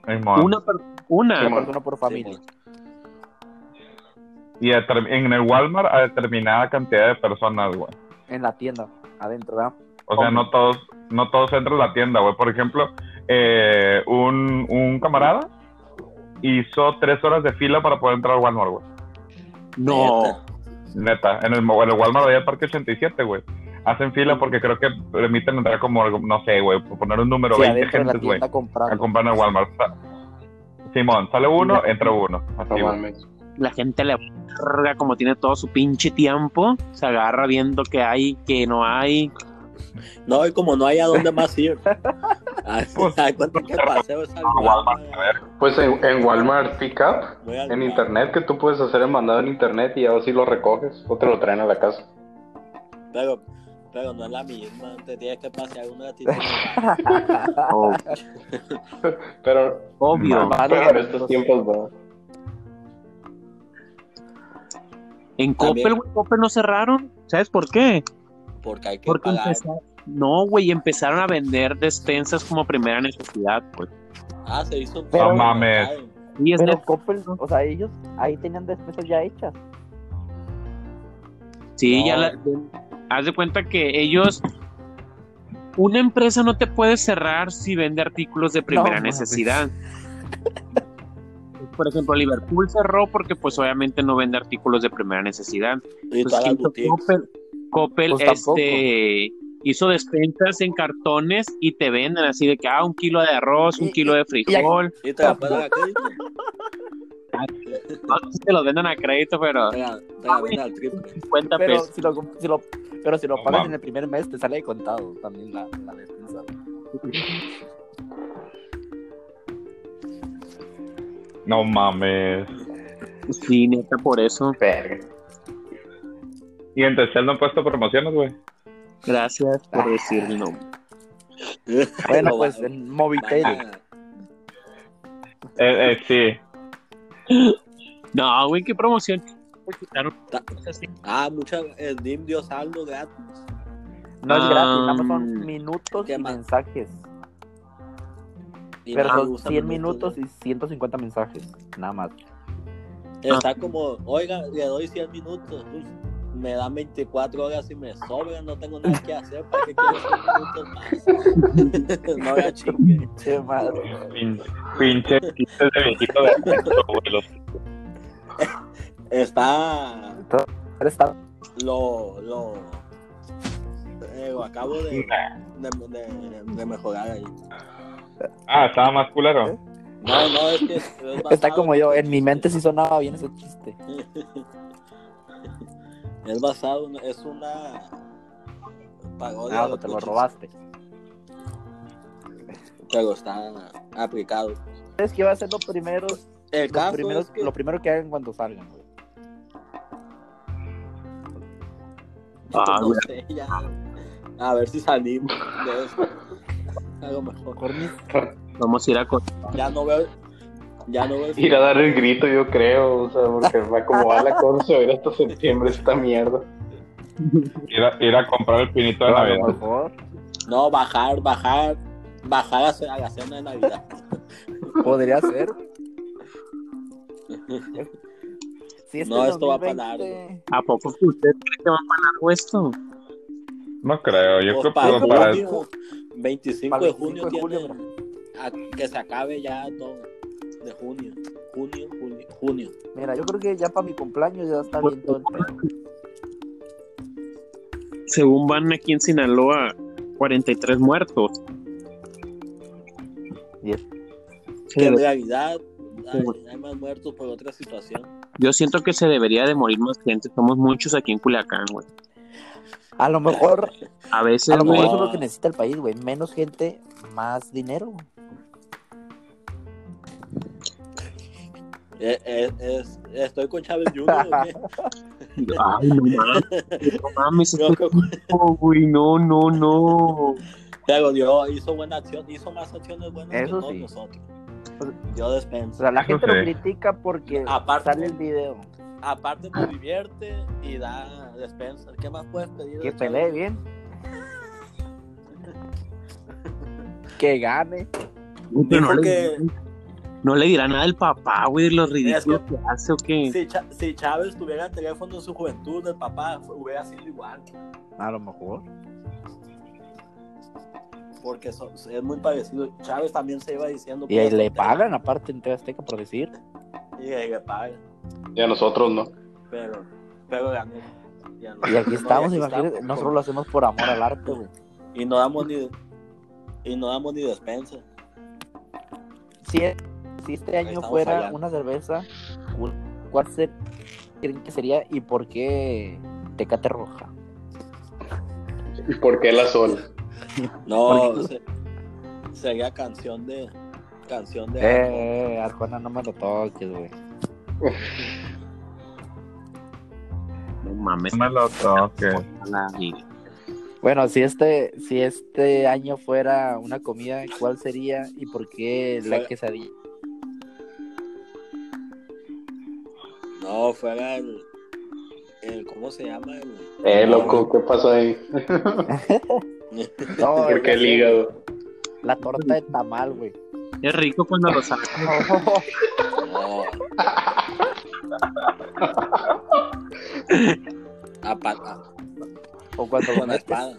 Speaker 3: Simón.
Speaker 1: Una, per- una.
Speaker 5: Simón.
Speaker 4: persona por familia.
Speaker 2: Sí,
Speaker 3: Y a ter- en el Walmart a determinada cantidad de personas, güey.
Speaker 4: en la tienda, adentro, ¿verdad?
Speaker 3: O sea, no todos, no todos entran a la tienda, güey. Por ejemplo, eh, un, un camarada hizo tres horas de fila para poder entrar al Walmart, güey.
Speaker 1: No.
Speaker 2: Neta.
Speaker 3: Neta, en el, mo- en el Walmart de Parque 87, güey. Hacen fila porque creo que permiten entrar como, algo- no sé, güey, por poner un número,
Speaker 4: Sí,
Speaker 3: 20
Speaker 4: adentro de la
Speaker 3: gentes, güey,
Speaker 4: tienda comprando.
Speaker 3: a comprar en el Walmart. Sa- Simón, sale uno, entra uno.
Speaker 5: No
Speaker 3: Así, güey.
Speaker 5: mames.
Speaker 1: La gente le verga como tiene todo su pinche tiempo. Se agarra viendo que hay, que no hay.
Speaker 2: No, y como no hay a dónde más ir. Ay,
Speaker 3: Pues,
Speaker 2: ay, ¿cuánto que paseo es al
Speaker 3: a Walmart,
Speaker 2: Walmart?
Speaker 3: a ver.
Speaker 5: Pues en, en Walmart Pickup,
Speaker 2: Voy al
Speaker 5: en
Speaker 2: Walmart.
Speaker 5: internet, que tú puedes hacer el mandado en internet y ahora sí lo recoges o te lo traen a la casa.
Speaker 2: Pero, pero no es la misma. Te tienes que pasear un ratito.
Speaker 5: Pero,
Speaker 4: Ah,
Speaker 1: Obvio.
Speaker 3: No.
Speaker 5: pero en
Speaker 4: pues,
Speaker 5: estos tiempos no.
Speaker 1: En
Speaker 2: También.
Speaker 1: Coppel, güey, Coppel no cerraron. ¿Sabes por qué?
Speaker 2: Porque hay que
Speaker 1: Porque
Speaker 2: pagar.
Speaker 1: empezaron. No, güey, empezaron a vender despensas como primera necesidad, pues.
Speaker 2: Ah, se hizo. un
Speaker 4: Pero-
Speaker 2: mercado.
Speaker 3: mames.
Speaker 1: Y es
Speaker 4: Pero
Speaker 1: neta,
Speaker 4: Coppel, o sea, ellos ahí tenían despesas ya hechas.
Speaker 1: Sí,
Speaker 2: No.
Speaker 1: ya la- haz de cuenta que ellos una empresa no te puede cerrar si vende artículos de primera
Speaker 4: mames.
Speaker 1: necesidad. Por ejemplo, Liverpool cerró porque pues obviamente no vende artículos de primera necesidad.
Speaker 2: Y
Speaker 1: Pues,
Speaker 2: todas
Speaker 1: ¿qué
Speaker 2: las
Speaker 1: hizo
Speaker 2: boutiques.
Speaker 1: Coppel, Coppel,
Speaker 4: Pues,
Speaker 1: este hizo despensas en cartones y te venden así de que ah, un kilo de arroz, un
Speaker 4: Y-
Speaker 1: kilo de frijol,
Speaker 2: Y te la pagan a crédito.
Speaker 4: Ah,
Speaker 1: no sé si te los venden a crédito, pero
Speaker 2: Te la, te la venden al triple.
Speaker 1: 50
Speaker 4: Pero
Speaker 1: pesos.
Speaker 4: si lo, si lo- pero si lo
Speaker 3: No
Speaker 4: pagas
Speaker 3: mames.
Speaker 4: en el primer mes, te sale de contado también la, la despensa.
Speaker 3: No mames.
Speaker 1: Sí, neta, por eso.
Speaker 5: Verga.
Speaker 3: Y en Telcel no han puesto promociones, güey.
Speaker 1: Gracias por
Speaker 4: Ah.
Speaker 1: decir mi nombre.
Speaker 4: Bueno,
Speaker 2: Lo
Speaker 4: pues
Speaker 2: van-
Speaker 4: en Movitel.
Speaker 2: van a-
Speaker 3: Eh, eh, sí.
Speaker 1: No, güey, qué promoción. Pues, quitaron
Speaker 2: Ta-
Speaker 1: cosas así.
Speaker 2: Ah, muchas. El DIM dio saldo gratis.
Speaker 4: No es gratis, nada más
Speaker 1: Ah,
Speaker 4: son minutos
Speaker 2: ¿qué
Speaker 4: y
Speaker 2: más?
Speaker 4: mensajes.
Speaker 2: Y
Speaker 4: Pero
Speaker 2: no me
Speaker 4: son
Speaker 2: gusta
Speaker 4: 100
Speaker 2: mucho,
Speaker 4: minutos y 150 mensajes, nada más.
Speaker 2: ¿no? Está como, oiga, le doy 100 minutos. Uy, me dan 24 horas y me sobran. No tengo nada que hacer. ¿Para qué quiero 100 minutos más? no ya chingue.
Speaker 4: Che, madre.
Speaker 3: Pin- Pinche chistes de viejito de puto, güey. Los
Speaker 2: Está.
Speaker 4: Pero está-
Speaker 2: Lo. Lo. eh, lo acabo de, de, de- de mejorar ahí.
Speaker 3: Ah, estaba más culero.
Speaker 2: No, no, es que. es
Speaker 4: Está
Speaker 2: basado-
Speaker 4: como yo, en mi mente sí sonaba bien ese chiste.
Speaker 2: Es basado, en- es una parodia.
Speaker 4: Ah,
Speaker 2: de
Speaker 4: te lo
Speaker 2: coches,
Speaker 4: robaste.
Speaker 2: Pero está aplicado.
Speaker 4: ¿Sabes qué va a ser lo primero,
Speaker 2: El
Speaker 4: lo
Speaker 2: caso
Speaker 4: primero,
Speaker 2: Ah, pues, es que
Speaker 4: lo primero que hagan cuando salgan? güey?
Speaker 1: Ah,
Speaker 2: no
Speaker 1: güey.
Speaker 2: sé, ya. A ver si salimos de esto. A lo mejor.
Speaker 4: Mejor ni-
Speaker 1: Vamos a ir a co-
Speaker 2: Ya no veo, Ya no ves.
Speaker 5: Ir a dar el grito, yo creo, o sea, porque va como va la cosa, se va a ir hasta septiembre esta mierda.
Speaker 3: Ir a, ir a comprar el pinito de
Speaker 5: A lo
Speaker 3: Navidad.
Speaker 5: mejor.
Speaker 2: No, bajar, bajar, bajar a, ce- a la cena de Navidad.
Speaker 4: Podría ser. Si
Speaker 2: No, esto va para
Speaker 1: ¿A poco que usted cree que va para largo esto?
Speaker 3: No creo, yo
Speaker 2: Pues
Speaker 3: creo que
Speaker 2: para
Speaker 3: para,
Speaker 2: el junio, 25
Speaker 4: para
Speaker 2: de
Speaker 4: el
Speaker 2: junio
Speaker 4: 25 de
Speaker 2: tiene
Speaker 4: julio,
Speaker 2: a- que se acabe ya todo. De junio, junio, junio, junio.
Speaker 4: Mira, yo creo que ya para mi cumpleaños ya está bien todo el pedo.
Speaker 1: Según van aquí en Sinaloa, 43 muertos.
Speaker 6: Yes.
Speaker 1: Se
Speaker 2: Que en
Speaker 1: debe-
Speaker 2: realidad hay, hay más muertos por otra situación.
Speaker 1: yo siento que se debería de morir más gente. Somos muchos aquí en Culiacán, güey.
Speaker 4: A lo mejor,
Speaker 1: A
Speaker 4: a
Speaker 1: veces,
Speaker 4: lo mejor
Speaker 1: güey,
Speaker 4: eso es lo que necesita el país, güey. Menos gente, más dinero.
Speaker 2: Eh, eh, es- estoy con Chávez Junior.
Speaker 1: Ay, no mames. No mames, este
Speaker 2: Yo creo que
Speaker 1: tipo, güey. No, no, no.
Speaker 2: Pero Dios hizo buena acción, hizo más acciones buenas que
Speaker 6: Eso
Speaker 2: todos
Speaker 6: sí.
Speaker 2: nosotros.
Speaker 4: Pues,
Speaker 2: Yo
Speaker 4: O
Speaker 2: despenso.
Speaker 4: sea, la
Speaker 3: Eso
Speaker 4: gente lo
Speaker 3: sí.
Speaker 4: critica porque
Speaker 2: Aparte-
Speaker 4: sale el video.
Speaker 2: Aparte nos divierte y da despensa. ¿Qué más puedes pedir?
Speaker 4: Que
Speaker 2: de Chávez?
Speaker 4: pelee bien. que gane.
Speaker 1: Pero
Speaker 2: Dijo
Speaker 1: no,
Speaker 2: que-
Speaker 1: le, no le dirá nada el papá, güey, de los ridículos que hace o qué.
Speaker 2: Si, Cha- si Chávez tuviera teléfono en su juventud, el papá hubiera sido igual.
Speaker 4: A lo mejor.
Speaker 2: Porque so- es muy parecido. Chávez también se iba diciendo.
Speaker 4: Y ahí le pagan, aparte en TV Azteca, por decir.
Speaker 2: Y ahí le pagan.
Speaker 5: Y a nosotros, ¿no?
Speaker 2: Pero, pero ya no- ya no-
Speaker 4: Y aquí
Speaker 2: no,
Speaker 4: estamos,
Speaker 2: aquí
Speaker 4: imagínate.
Speaker 2: estamos.
Speaker 4: Nosotros lo hacemos por amor al arte, güey.
Speaker 2: Y no damos ni, y no damos ni despensa.
Speaker 4: Si, si este año
Speaker 2: estamos
Speaker 4: fuera
Speaker 2: fallando.
Speaker 4: una cerveza, ¿cuál ser- creen que sería y por qué Tecate Roja?
Speaker 5: ¿Y por qué la sol?
Speaker 2: No, se- sería canción de. Canción de.
Speaker 4: Eh, eh, Arjona, no me lo toques, güey.
Speaker 1: No mames.
Speaker 3: No me lo toques.
Speaker 1: la vida.
Speaker 4: Bueno, si este, si este año fuera una comida, ¿cuál sería y por qué la
Speaker 2: Fuera-
Speaker 4: quesadilla?
Speaker 2: No, fuera el, el- ¿Cómo se llama? El,
Speaker 5: Eh, loco, ¿qué pasó ahí?
Speaker 4: No,
Speaker 5: ¿Por qué
Speaker 4: ya
Speaker 5: el
Speaker 4: sé,
Speaker 5: hígado?
Speaker 4: La torta de tamal, güey.
Speaker 1: Es rico cuando lo sacan.
Speaker 2: No. A pa- a-
Speaker 4: o cuando
Speaker 2: con la
Speaker 4: metes-
Speaker 2: espada.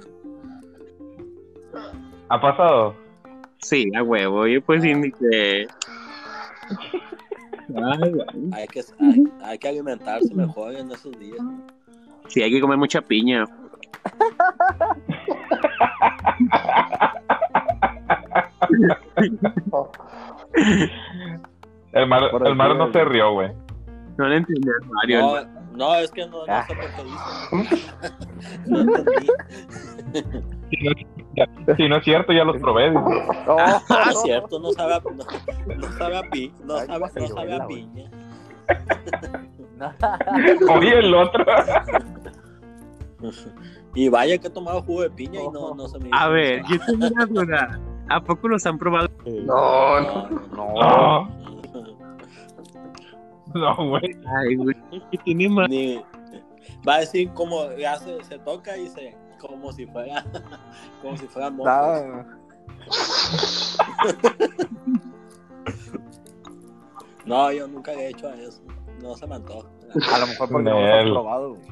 Speaker 3: ¿Ha pasado?
Speaker 1: Sí, a huevo. Yo pues sí, ni que. Ay, güey.
Speaker 2: Hay que, hay, hay que alimentarse mejor en esos días.
Speaker 1: Sí, hay que comer mucha piña.
Speaker 3: El mar,
Speaker 4: Por
Speaker 3: el mar
Speaker 4: aquí,
Speaker 3: no
Speaker 4: güey.
Speaker 3: se rió, güey.
Speaker 1: No le entendí a Mario.
Speaker 2: No, no, es que no, no sé por qué dice. No entendí.
Speaker 3: Si no es cierto, ya los probé. dice.
Speaker 4: No,
Speaker 2: Ah, cierto, no sabe a, no, no sabe a pi, no
Speaker 4: Ay,
Speaker 2: sabe, no sabe
Speaker 4: cacerola,
Speaker 2: a
Speaker 4: güey.
Speaker 2: piña.
Speaker 4: no.
Speaker 3: Oye, el otro.
Speaker 2: Y vaya que he tomado jugo de piña y no, no se me
Speaker 1: A
Speaker 2: hizo
Speaker 1: ver,
Speaker 2: eso.
Speaker 1: yo tengo una duda. ¿A poco los han probado?
Speaker 5: No, no.
Speaker 2: No, no,
Speaker 3: No, no, güey.
Speaker 1: Ay, güey. ¿Qué tiene más?
Speaker 2: ni- va a decir como ya se, se toca y se como si fuera como si fuera moco.
Speaker 4: No.
Speaker 2: No, yo nunca he hecho eso. No se me antoja.
Speaker 4: A lo mejor porque no lo has
Speaker 3: Nel.
Speaker 4: probado, güey.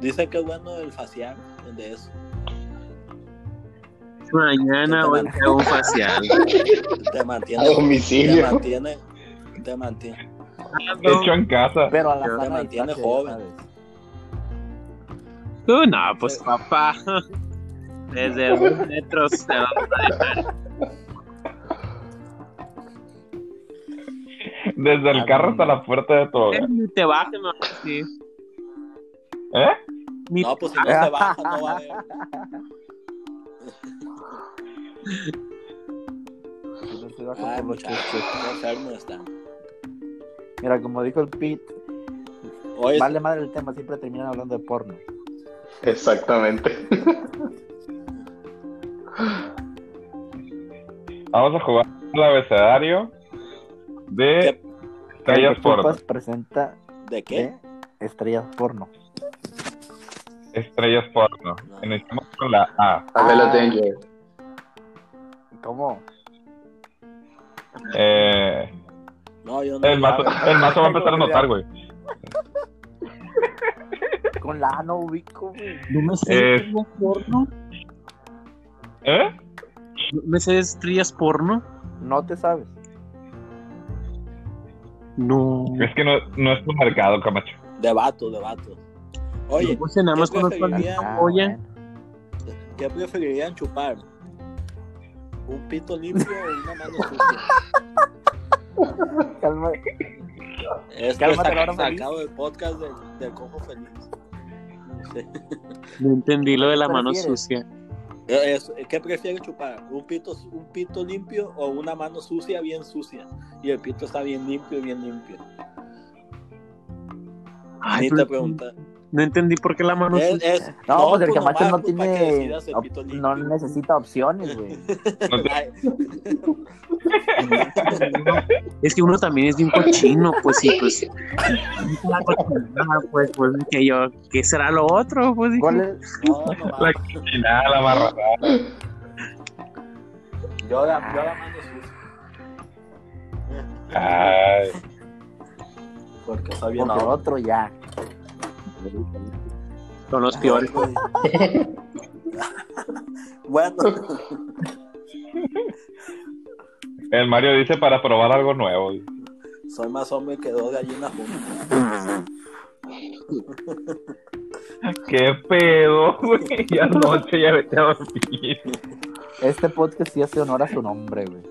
Speaker 2: Dice que es bueno el facial el de eso.
Speaker 1: Mañana voy a hacer un facial.
Speaker 2: Te
Speaker 5: A
Speaker 2: mantiene, te
Speaker 5: domicilio.
Speaker 2: mantiene, te mantiene.
Speaker 3: Hecho en casa.
Speaker 4: Pero a la
Speaker 1: Te
Speaker 4: sana
Speaker 2: mantiene
Speaker 4: distancia,
Speaker 2: joven.
Speaker 4: ¿sabes?
Speaker 1: Tú no, pues papá. Desde un metro se va a dejar.
Speaker 3: Desde el carro hasta la puerta de tu hogar.
Speaker 1: Ni te bajes, no. Sí.
Speaker 3: ¿Eh?
Speaker 1: Ni-
Speaker 2: No, pues si no se baja, no va a haber.
Speaker 4: Yo no estoy de acuerdo
Speaker 2: Ay,
Speaker 4: con los
Speaker 2: muchachos,
Speaker 4: chistes.
Speaker 2: qué enfermo está.
Speaker 4: Mira, como dijo el Pit,
Speaker 2: Oye,
Speaker 4: vale madre el tema, siempre terminan hablando de porno.
Speaker 5: Exactamente.
Speaker 3: Vamos a jugar al abecedario de estrellas
Speaker 4: Candy
Speaker 3: porno.
Speaker 4: Chupas presenta
Speaker 2: ¿De qué?
Speaker 4: ¿eh? estrellas porno.
Speaker 3: Estrellas porno. Iniciamos con la A.
Speaker 5: Abela
Speaker 4: Ah.
Speaker 5: Danger.
Speaker 4: ¿Cómo?
Speaker 3: Eh,
Speaker 2: No, yo no.
Speaker 3: el mazo, el mazo va a empezar a notar, güey.
Speaker 4: Con la A no ubico, güey.
Speaker 1: No me sé de
Speaker 3: Eh.
Speaker 1: estrellas porno.
Speaker 3: ¿Eh?
Speaker 1: No me sé de estrellas porno.
Speaker 4: No te sabes.
Speaker 1: No.
Speaker 3: Es que no, no es tu mercado, Camacho.
Speaker 2: De vato, de vato. Oye,
Speaker 1: Yo sé, pues, nada más
Speaker 2: ¿qué
Speaker 1: conozco a
Speaker 2: preferirías?
Speaker 1: Lisa
Speaker 4: Ah,
Speaker 1: Oye,
Speaker 4: bueno.
Speaker 2: ¿qué preferirían chupar? ¿Un pito limpio o una mano sucia?
Speaker 4: Calma.
Speaker 2: Esto
Speaker 4: Cálmate,
Speaker 2: está
Speaker 4: Laura Feliz.
Speaker 2: sacado del podcast del, del Cojo Feliz. Sí.
Speaker 1: no entendí lo de la
Speaker 4: ¿Qué
Speaker 1: mano
Speaker 4: prefieres?
Speaker 1: sucia.
Speaker 2: Eh, es- ¿Qué prefieres chupar? ¿Un pito, ¿Un pito limpio o una mano sucia, bien sucia? Y el pito está bien limpio, bien limpio.
Speaker 1: Ay,
Speaker 2: Ni
Speaker 1: pero
Speaker 2: te pregunta.
Speaker 1: No entendí por qué la mano
Speaker 2: Es-
Speaker 1: sucia.
Speaker 2: es-
Speaker 4: No, pues el
Speaker 2: pues
Speaker 4: Camacho
Speaker 2: nomás,
Speaker 4: no
Speaker 2: pues, para que
Speaker 4: tiene.
Speaker 2: decidas el
Speaker 4: op-
Speaker 2: pito
Speaker 4: No
Speaker 2: limpio.
Speaker 4: necesita opciones, güey.
Speaker 3: No te-
Speaker 2: Ay,
Speaker 1: Es que uno también es bien cochino, pues sí, pues. Es una cochinada, pues, pues que yo, ¿qué será lo otro? Pues dije,
Speaker 4: ¿Cuál es?
Speaker 2: no, nomás.
Speaker 3: La cochinada, la barra.
Speaker 2: Yo la, yo la mano sucia.
Speaker 3: Ay,
Speaker 2: Porque está bien.
Speaker 4: Porque
Speaker 2: No,
Speaker 4: otro ya.
Speaker 1: son los peores.
Speaker 2: bueno,
Speaker 3: el Mario dice para probar algo nuevo.
Speaker 2: soy más hombre que dos gallinas juntas.
Speaker 3: ¿Qué pedo, güey? Ya noche, ya vete a dormir.
Speaker 4: Este podcast sí hace honor a su nombre, güey.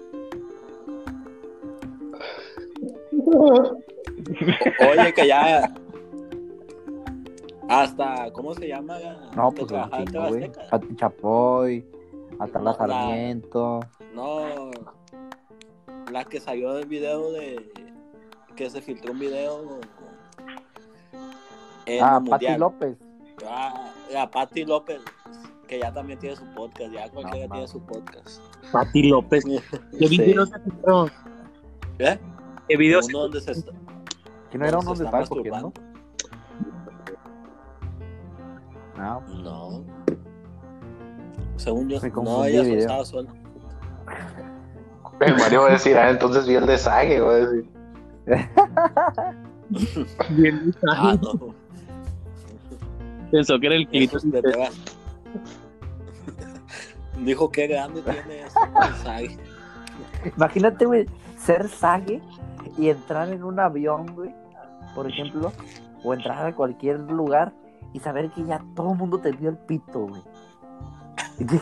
Speaker 2: Oye, que ya. Hasta, ¿cómo se llama?
Speaker 4: No,
Speaker 2: Que
Speaker 4: pues un
Speaker 2: trabajaba en
Speaker 4: chingo, güey.
Speaker 2: Azteca.
Speaker 4: Pati Chapoy, Atala
Speaker 2: No, la-
Speaker 4: Sarmiento.
Speaker 2: No, la que salió del video de. que se filtró un video. En
Speaker 4: Ah,
Speaker 2: el
Speaker 4: Pati
Speaker 2: mundial.
Speaker 4: López.
Speaker 2: Ah, la Patti López, que ya también tiene su podcast, ya cualquiera
Speaker 4: No,
Speaker 2: tiene
Speaker 4: mames.
Speaker 2: su podcast.
Speaker 1: Pati López. ¿Qué
Speaker 4: Sí.
Speaker 1: video se filtró?
Speaker 2: ¿Eh?
Speaker 1: ¿Qué video se
Speaker 2: Uno donde se está-
Speaker 4: ¿Quién era
Speaker 2: donde
Speaker 4: uno donde
Speaker 2: se
Speaker 4: estaba
Speaker 2: está
Speaker 4: cogiendo?
Speaker 2: masturbando.
Speaker 4: No,
Speaker 2: No. Según yo,
Speaker 4: Me
Speaker 2: no,
Speaker 4: confundí
Speaker 2: ella
Speaker 4: de video.
Speaker 2: estaba sola.
Speaker 5: El Mario va a decir, ah, entonces vi el de Sage, va a decir.
Speaker 1: Bien,
Speaker 2: Ah, no.
Speaker 1: Pensó que era el clip.
Speaker 2: Eso es de veras. Dijo que grande tiene ese mensaje.
Speaker 4: Imagínate, güey, ser Sage y entrar en un avión, güey, por ejemplo, o entrar a cualquier lugar y saber que ya todo el mundo te vio el pito, güey. ¿Qué,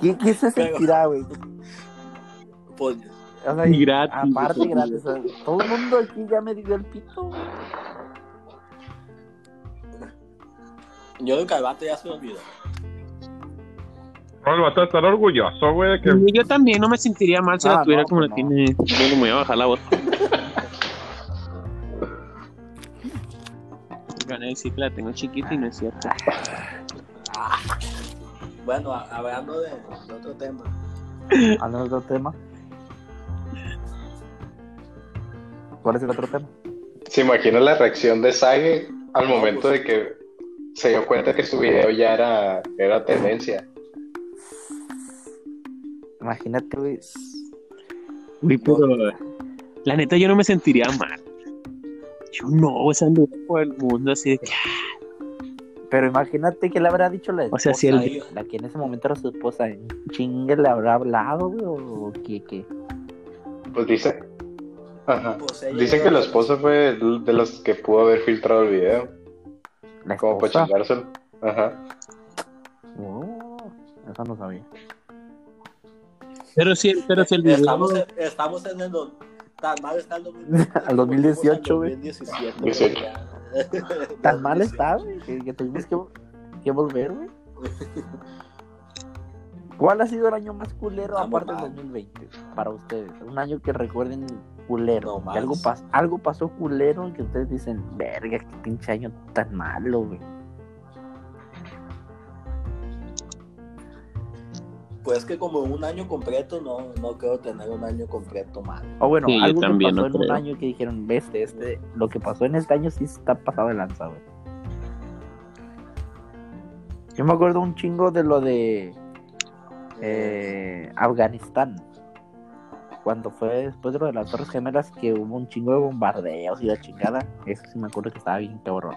Speaker 4: qué, qué se
Speaker 2: Pero-
Speaker 4: sentirá, güey?
Speaker 2: Pues,
Speaker 4: O sea,
Speaker 1: Y gratis,
Speaker 4: Aparte,
Speaker 1: güey.
Speaker 4: gratis. o sea, todo el mundo aquí ya me vio el pito, güey.
Speaker 2: yo nunca el vato ya se me olvidó.
Speaker 3: No, el vato va a estar orgulloso, güey, de que
Speaker 1: Y yo también no me sentiría mal si
Speaker 4: Ah,
Speaker 1: la tuviera
Speaker 4: no,
Speaker 1: como la
Speaker 4: pues no.
Speaker 1: tiene. Yo no me voy a bajar la voz. Van a decir que la tengo chiquita y no es cierto.
Speaker 2: Bueno, a- hablando de, de otro tema.
Speaker 4: Hablando de otro tema. ¿Cuál es el otro tema?
Speaker 5: ¿Se imagina la reacción de Sage al
Speaker 2: No,
Speaker 5: momento
Speaker 2: pues.
Speaker 5: de que se dio cuenta que su video ya era, era tendencia?
Speaker 4: Imagínate, güey.
Speaker 1: Uy, pero la neta yo no me sentiría mal. Yo no, o sea, anduve por el mundo así de que,
Speaker 4: Pero imagínate que le habrá dicho la
Speaker 1: O
Speaker 4: esposa.
Speaker 1: sea, si el-
Speaker 4: güey, La que en ese momento era su esposa. ¿en ¿Chingue le habrá hablado, güey? ¿O qué, qué?
Speaker 5: Pues dice. Ajá.
Speaker 2: Pues ella-
Speaker 5: Dicen que la esposa fue de los que pudo haber filtrado el video.
Speaker 4: La
Speaker 5: Como para
Speaker 4: esposa.
Speaker 5: chingárselo. Ajá.
Speaker 4: Oh, eso no sabía.
Speaker 1: pero sí, pero si el
Speaker 2: Estamos
Speaker 1: video,
Speaker 2: en, estamos en el. do- Tan mal está el
Speaker 4: 2018, güey.
Speaker 2: 2017,
Speaker 5: 18.
Speaker 2: güey.
Speaker 4: Tan mal está, güey, que, que tuvimos que, que volver, güey. ¿Cuál ha sido el año más culero
Speaker 2: Estamos
Speaker 4: aparte
Speaker 2: mal.
Speaker 4: del 2020 para ustedes? Un año que recuerden culero.
Speaker 2: No
Speaker 4: que algo,
Speaker 2: más.
Speaker 4: pas- algo pasó culero y que ustedes dicen, verga, qué pinche año tan malo, güey.
Speaker 2: Pues es que como un año completo, no, no creo tener un año completo mal.
Speaker 4: O bueno,
Speaker 1: Sí, yo
Speaker 4: algo que
Speaker 1: también,
Speaker 4: pasó
Speaker 1: no
Speaker 4: en un
Speaker 1: creo.
Speaker 4: año que dijeron, ves, este, lo que pasó en este año sí está pasado de lanza, güey. Yo me acuerdo un chingo de lo de eh, Afganistán. Cuando fue después de lo de las Torres Gemelas, que hubo un chingo de bombardeos y la chingada. Eso sí me acuerdo que estaba bien cabrón.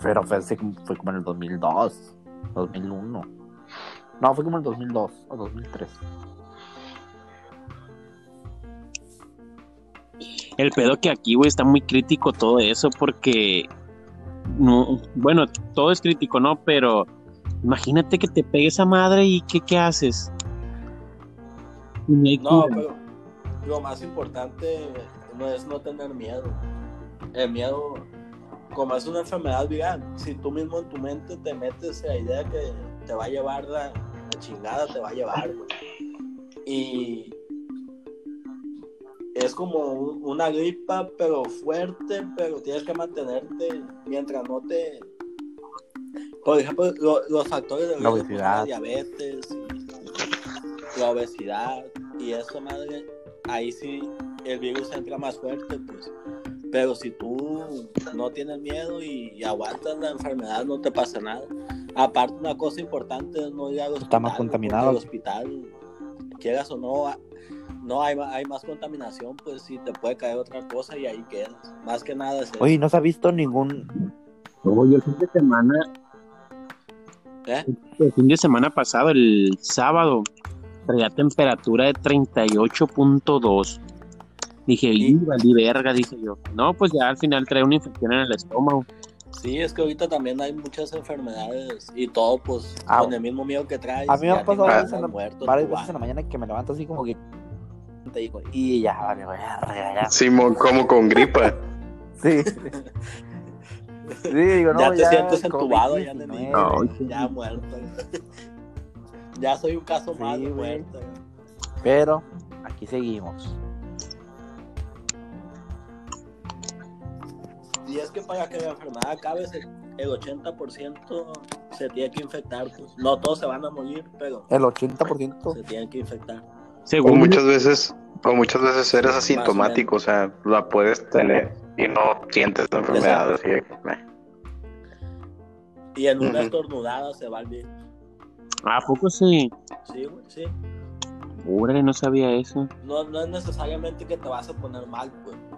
Speaker 4: Pero fue, hace como- fue como en el 2002, 2001. No, fue como en el 2002 o 2003.
Speaker 1: El pedo que aquí, güey, está muy crítico todo eso porque, no, bueno, todo es crítico, ¿no? Pero imagínate que te pegue esa madre y ¿qué, qué haces? Y no hay
Speaker 2: No, pues.
Speaker 1: cura.
Speaker 2: pero lo más importante no es no tener miedo. El miedo, como es una enfermedad viral, si tú mismo en tu mente te metes la idea que te va a llevar la, la chingada, te va a llevar. güey. Y es como un- una gripa, pero fuerte, pero tienes que mantenerte mientras no te... Por ejemplo, lo- los factores de
Speaker 4: La
Speaker 2: riesgo, pues,
Speaker 4: obesidad.
Speaker 2: diabetes, la obesidad y eso, madre, ahí sí el virus entra más fuerte, pues. Pero si tú no tienes miedo y, y aguantas la enfermedad, no te pasa nada. Aparte, una cosa importante es no ir al hospital.
Speaker 4: Está más contaminado.
Speaker 2: porque El hospital, quieras o no, a- no hay, ma- hay más contaminación, pues si te puede caer otra cosa y ahí quedas. Más que nada es eso.
Speaker 4: Oye, no se ha visto ningún.
Speaker 1: Luego, yo el fin de semana,
Speaker 2: ¿Eh?
Speaker 1: el fin de semana pasado, el sábado, traía temperatura de 38.2. Dije,
Speaker 2: Y-
Speaker 1: y valí verga, dije yo. No, pues ya al final trae una infección en el estómago.
Speaker 2: Sí, es que ahorita también hay muchas enfermedades y todo, pues,
Speaker 4: Ah,
Speaker 2: con el mismo miedo que traes.
Speaker 4: A mí me
Speaker 2: ya
Speaker 4: ha pasado
Speaker 2: tengas
Speaker 4: varias en la-
Speaker 2: muertos,
Speaker 4: varias
Speaker 2: igual.
Speaker 4: veces en la mañana que me levanto así como que. Te digo, y ya, vale, voy a regalar.
Speaker 5: Simón, como con gripa.
Speaker 4: Sí. Sí, digo, no,
Speaker 2: ya te sientes entubado, ya te
Speaker 4: COVID-19.
Speaker 5: No,
Speaker 2: ya muerto. ya soy un caso
Speaker 4: Sí,
Speaker 2: más de
Speaker 4: güey.
Speaker 2: muerto.
Speaker 4: Pero aquí seguimos.
Speaker 2: Y es que para que la enfermedad acabe, se- el 80% se tiene que infectar. pues. No todos se van a morir, pero
Speaker 4: El 80%.
Speaker 2: se tienen que infectar.
Speaker 5: O
Speaker 1: Según
Speaker 5: muchas veces, o muchas veces eres asintomático, o sea, la puedes tener y no sientes la enfermedad. así de que, meh.
Speaker 2: Y en una
Speaker 5: Ujú.
Speaker 2: estornudada se va el virus.
Speaker 1: ¿A poco sí?
Speaker 2: Sí, güey, sí.
Speaker 1: Pobre, no sabía eso.
Speaker 2: No, no es necesariamente que te vas a poner mal, pues. güey.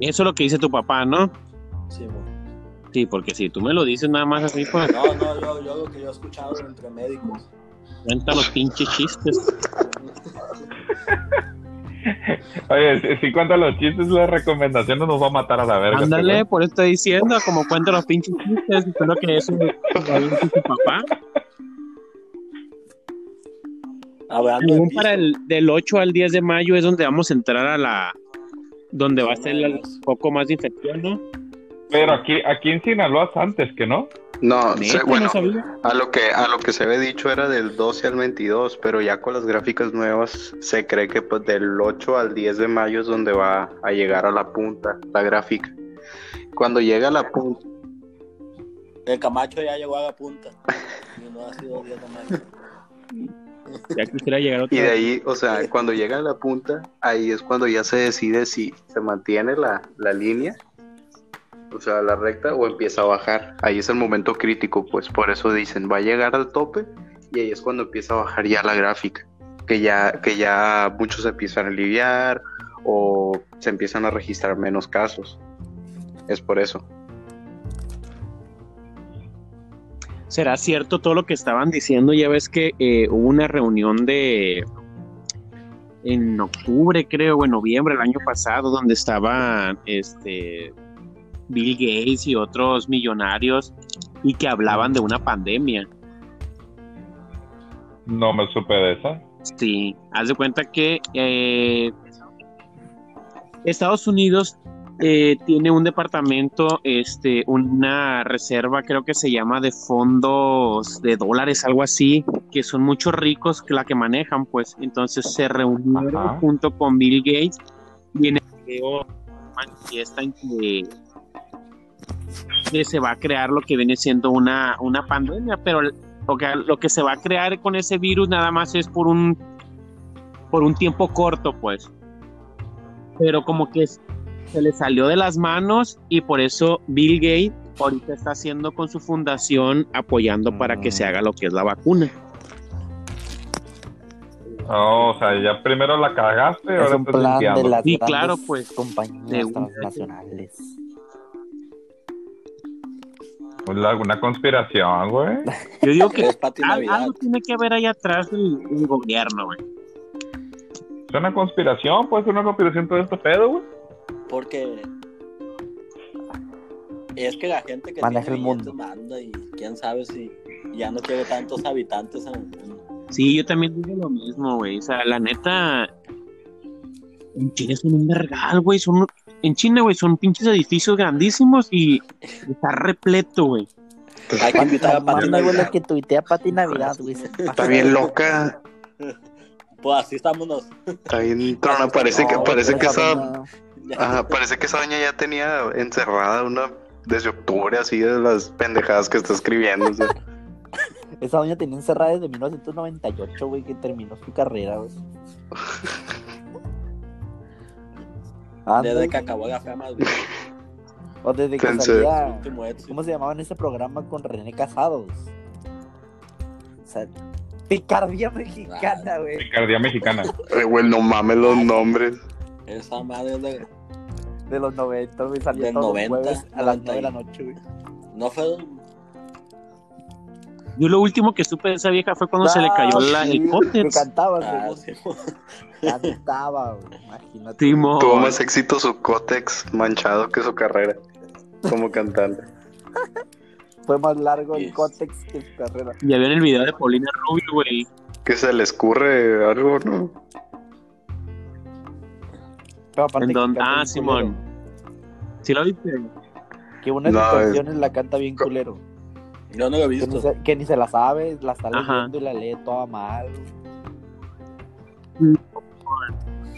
Speaker 1: Eso es lo que dice tu papá, ¿no?
Speaker 2: Sí, güey.
Speaker 1: Sí, porque si tú me lo dices nada más así, pues
Speaker 2: No, no, yo, yo lo que yo he escuchado entre médicos.
Speaker 1: cuenta los pinches chistes.
Speaker 3: Oye, si, si cuentan los chistes, las recomendaciones nos va a matar a la verga. este
Speaker 1: Ándale,
Speaker 3: güey.
Speaker 1: por eso estoy diciendo, como cuenta los pinches chistes, espero que eso lo haya dicho tu papá.
Speaker 2: Hablando de
Speaker 1: Según
Speaker 2: pisto,
Speaker 1: para el del 8 al 10 de mayo es donde vamos a entrar a la donde va a ser el poco más de infección, ¿no?
Speaker 3: Pero aquí, aquí en Sinaloa es antes que no.
Speaker 5: No,
Speaker 1: Neta,
Speaker 5: se-
Speaker 1: Este, no
Speaker 5: bueno,
Speaker 1: sabía.
Speaker 5: a lo que a lo que se había dicho era del 12 al 22, pero ya con las gráficas nuevas se cree que pues del 8 al 10 de mayo es donde va a llegar a la punta la gráfica. Cuando llega a la punta,
Speaker 2: el Camacho ya llegó a la punta. Y no ha sido 10 de mayo.
Speaker 1: Ya quisiera llegar
Speaker 5: Y
Speaker 1: otra
Speaker 5: de
Speaker 1: vez.
Speaker 5: ahí, o sea, cuando llega a la punta, ahí es cuando ya se decide si se mantiene la, la línea, o sea, la recta, o empieza a bajar. Ahí es el momento crítico, pues por eso dicen, va a llegar al tope y ahí es cuando empieza a bajar ya la gráfica, que ya, que ya muchos se empiezan a aliviar o se empiezan a registrar menos casos. Es por eso.
Speaker 1: ¿Será cierto todo lo que estaban diciendo? Ya ves que eh, hubo una reunión de en octubre, creo, o en noviembre del año pasado, donde estaban este Bill Gates y otros millonarios y que hablaban de una pandemia.
Speaker 3: No me supe de esa.
Speaker 1: Sí, haz de cuenta que eh, Estados Unidos eh, tiene un departamento, este, una reserva, creo que se llama de fondos de dólares, algo así, que son muchos ricos que la que manejan, pues. Entonces se reunieron
Speaker 3: Ajá.
Speaker 1: junto con Bill Gates y en el video manifiestan que, que se va a crear lo que viene siendo una, una pandemia, pero Porque lo que se va a crear con ese virus nada más es por un por un tiempo corto, pues. Pero como que se le salió de las manos y por eso Bill Gates ahorita está haciendo con su fundación apoyando para que se haga lo que es la vacuna.
Speaker 3: No, Oh, o sea, ya primero la cagaste,
Speaker 4: Es
Speaker 3: ahora
Speaker 4: un
Speaker 3: estás
Speaker 4: plan de
Speaker 3: limpiando.
Speaker 4: las
Speaker 1: Sí,
Speaker 4: grandes
Speaker 1: claro, pues, de
Speaker 4: compañías
Speaker 1: un-
Speaker 4: transnacionales.
Speaker 3: La- Una Pues, conspiración, güey.
Speaker 1: Yo digo que
Speaker 2: Es Pati
Speaker 1: al-
Speaker 2: Este, Navidad.
Speaker 1: algo tiene que ver ahí atrás del, del gobierno, güey.
Speaker 3: Es una conspiración, puede ser una conspiración todo este pedo, güey.
Speaker 2: Porque es que la gente que
Speaker 4: Maneja
Speaker 2: tiene
Speaker 4: el
Speaker 2: billetes
Speaker 4: mundo.
Speaker 2: manda y quién sabe si ya no tiene tantos habitantes en en-
Speaker 1: Sí, yo también digo lo mismo, güey. O sea, la neta. En China son un vergal, güey. Son, en China, güey, son pinches edificios grandísimos y está repleto, güey.
Speaker 2: Hay que invitar a Pati
Speaker 4: Pues Manda, güey,
Speaker 2: Navidad.
Speaker 4: lo que tuitea Pati Navidad, güey.
Speaker 5: Está bien loca.
Speaker 2: Pues así estamos nos-
Speaker 5: Está bien trona. Parece que,
Speaker 4: No,
Speaker 5: parece que
Speaker 4: esa
Speaker 5: esa.
Speaker 4: vaina-
Speaker 5: Ajá, parece que esa doña ya tenía encerrada una desde octubre así de las pendejadas que está escribiendo. o sea.
Speaker 4: Esa doña tenía encerrada desde 1998, güey, que terminó su carrera, güey. Antes,
Speaker 2: desde que acabó la fama del
Speaker 4: Ah, o desde que
Speaker 5: Entonces-
Speaker 4: salía...
Speaker 2: último éxito.
Speaker 4: ¿Cómo se llamaba en ese programa con René Casados? O sea, picardía
Speaker 2: Ah.
Speaker 4: mexicana, güey.
Speaker 3: Picardía mexicana.
Speaker 5: Eh, güey, no mames los nombres.
Speaker 2: Esa madre es de-
Speaker 4: De los 90, güey. Salía
Speaker 2: Del
Speaker 4: todos los
Speaker 2: 90,
Speaker 4: jueves a las 9 de la
Speaker 2: 90.
Speaker 4: noche, güey.
Speaker 2: No fue...
Speaker 1: Yo lo último que supe de esa vieja fue cuando
Speaker 4: Ah,
Speaker 1: se le cayó la,
Speaker 4: sí,
Speaker 1: el
Speaker 4: Que
Speaker 1: cóter.
Speaker 4: cantaba,
Speaker 2: Ah,
Speaker 4: sí,
Speaker 2: sí. Ah,
Speaker 4: güey. Cantaba, güey. Imagínate.
Speaker 1: Simón.
Speaker 5: Tuvo más éxito su cótex manchado que su carrera como cantante.
Speaker 4: Fue más largo el
Speaker 2: Yes.
Speaker 4: cótex que su carrera.
Speaker 1: Ya vieron el video de Paulina Rubio, güey.
Speaker 5: Que se le escurre algo, ¿no?
Speaker 4: Pero aparte
Speaker 1: En
Speaker 4: que
Speaker 1: donde-
Speaker 4: canta
Speaker 1: ah,
Speaker 4: bien
Speaker 1: Simón.
Speaker 4: culero.
Speaker 1: ¿Sí lo viste?
Speaker 4: Que una de sus
Speaker 5: No, es-
Speaker 4: canciones la canta bien
Speaker 5: Co-
Speaker 4: culero.
Speaker 2: Yo no lo he
Speaker 4: Que ni,
Speaker 2: visto.
Speaker 4: se, que ni se la sabe, la está
Speaker 1: Ajá.
Speaker 4: leyendo y la lee toda mal. güey.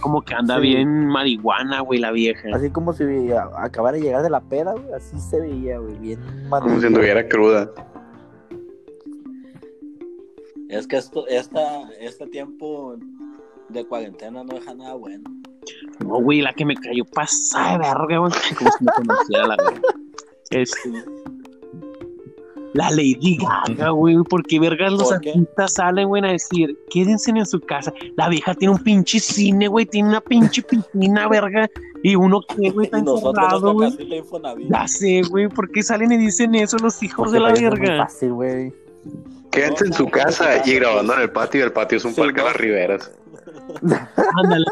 Speaker 1: Como que anda
Speaker 4: Sí.
Speaker 1: bien marihuana, güey, la vieja.
Speaker 4: Así como si a- acabara de llegar de la pera, güey. Así se veía, güey. Bien
Speaker 5: Como si
Speaker 4: madura.
Speaker 5: anduviera cruda.
Speaker 2: Es que esto, esta, este tiempo de cuarentena no deja nada bueno.
Speaker 1: No, güey, la que me cayó pasada de verga, güey. Como si me conociera la verga. Este, La Lady Gaga, güey. ¿Por qué vergas los
Speaker 2: ¿Por qué?
Speaker 1: artistas salen, güey, a decir, quédense en su casa? La vieja tiene un pinche cine, güey. Tiene una pinche piscina, verga. Y uno que, güey,
Speaker 2: Y
Speaker 1: está
Speaker 2: nosotros
Speaker 1: encerrado,
Speaker 2: nos
Speaker 1: güey.
Speaker 2: toca así la Infonavit.
Speaker 1: Ya sé, güey. ¿Por qué salen y dicen eso los hijos
Speaker 4: Porque
Speaker 1: de la
Speaker 4: parece muy
Speaker 1: verga?
Speaker 4: fácil, güey.
Speaker 5: Quédense en su casa y grabando en el patio. El patio es un
Speaker 2: Sí,
Speaker 5: parque a
Speaker 2: ¿no?
Speaker 5: las riberas.
Speaker 1: Ándale.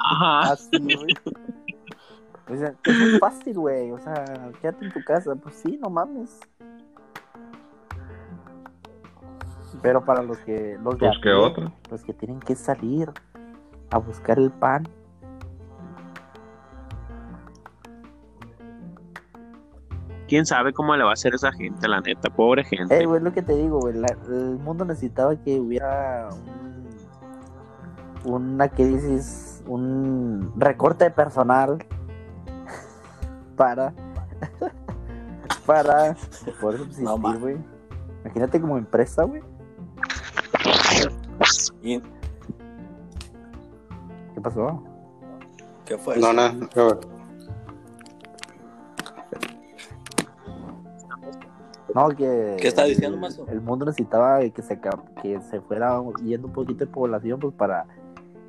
Speaker 1: Ajá.
Speaker 4: Así, güey. O sea, es muy fácil, güey. O sea, quédate en tu casa. Pues sí, no mames. Pero para los que los de
Speaker 3: Pues
Speaker 4: a
Speaker 3: que
Speaker 4: pie,
Speaker 3: otro.
Speaker 4: los que tienen que salir a buscar el pan,
Speaker 1: ¿Quién sabe cómo le va a hacer esa gente, la neta? Pobre gente.
Speaker 4: Eh, güey, es lo que te digo, güey. la- el mundo necesitaba que hubiera un- una crisis, un recorte de personal para. para poder subsistir,
Speaker 2: No, ma.
Speaker 4: güey. Imagínate como empresa, güey.
Speaker 2: ¿Y
Speaker 4: ¿Qué pasó?
Speaker 2: qué fue?
Speaker 5: No, no. no.
Speaker 4: No, que.
Speaker 2: ¿Qué está diciendo,
Speaker 4: el-
Speaker 2: Mazo?
Speaker 4: El mundo necesitaba que se, ca- que se fuera yendo un poquito de población, pues para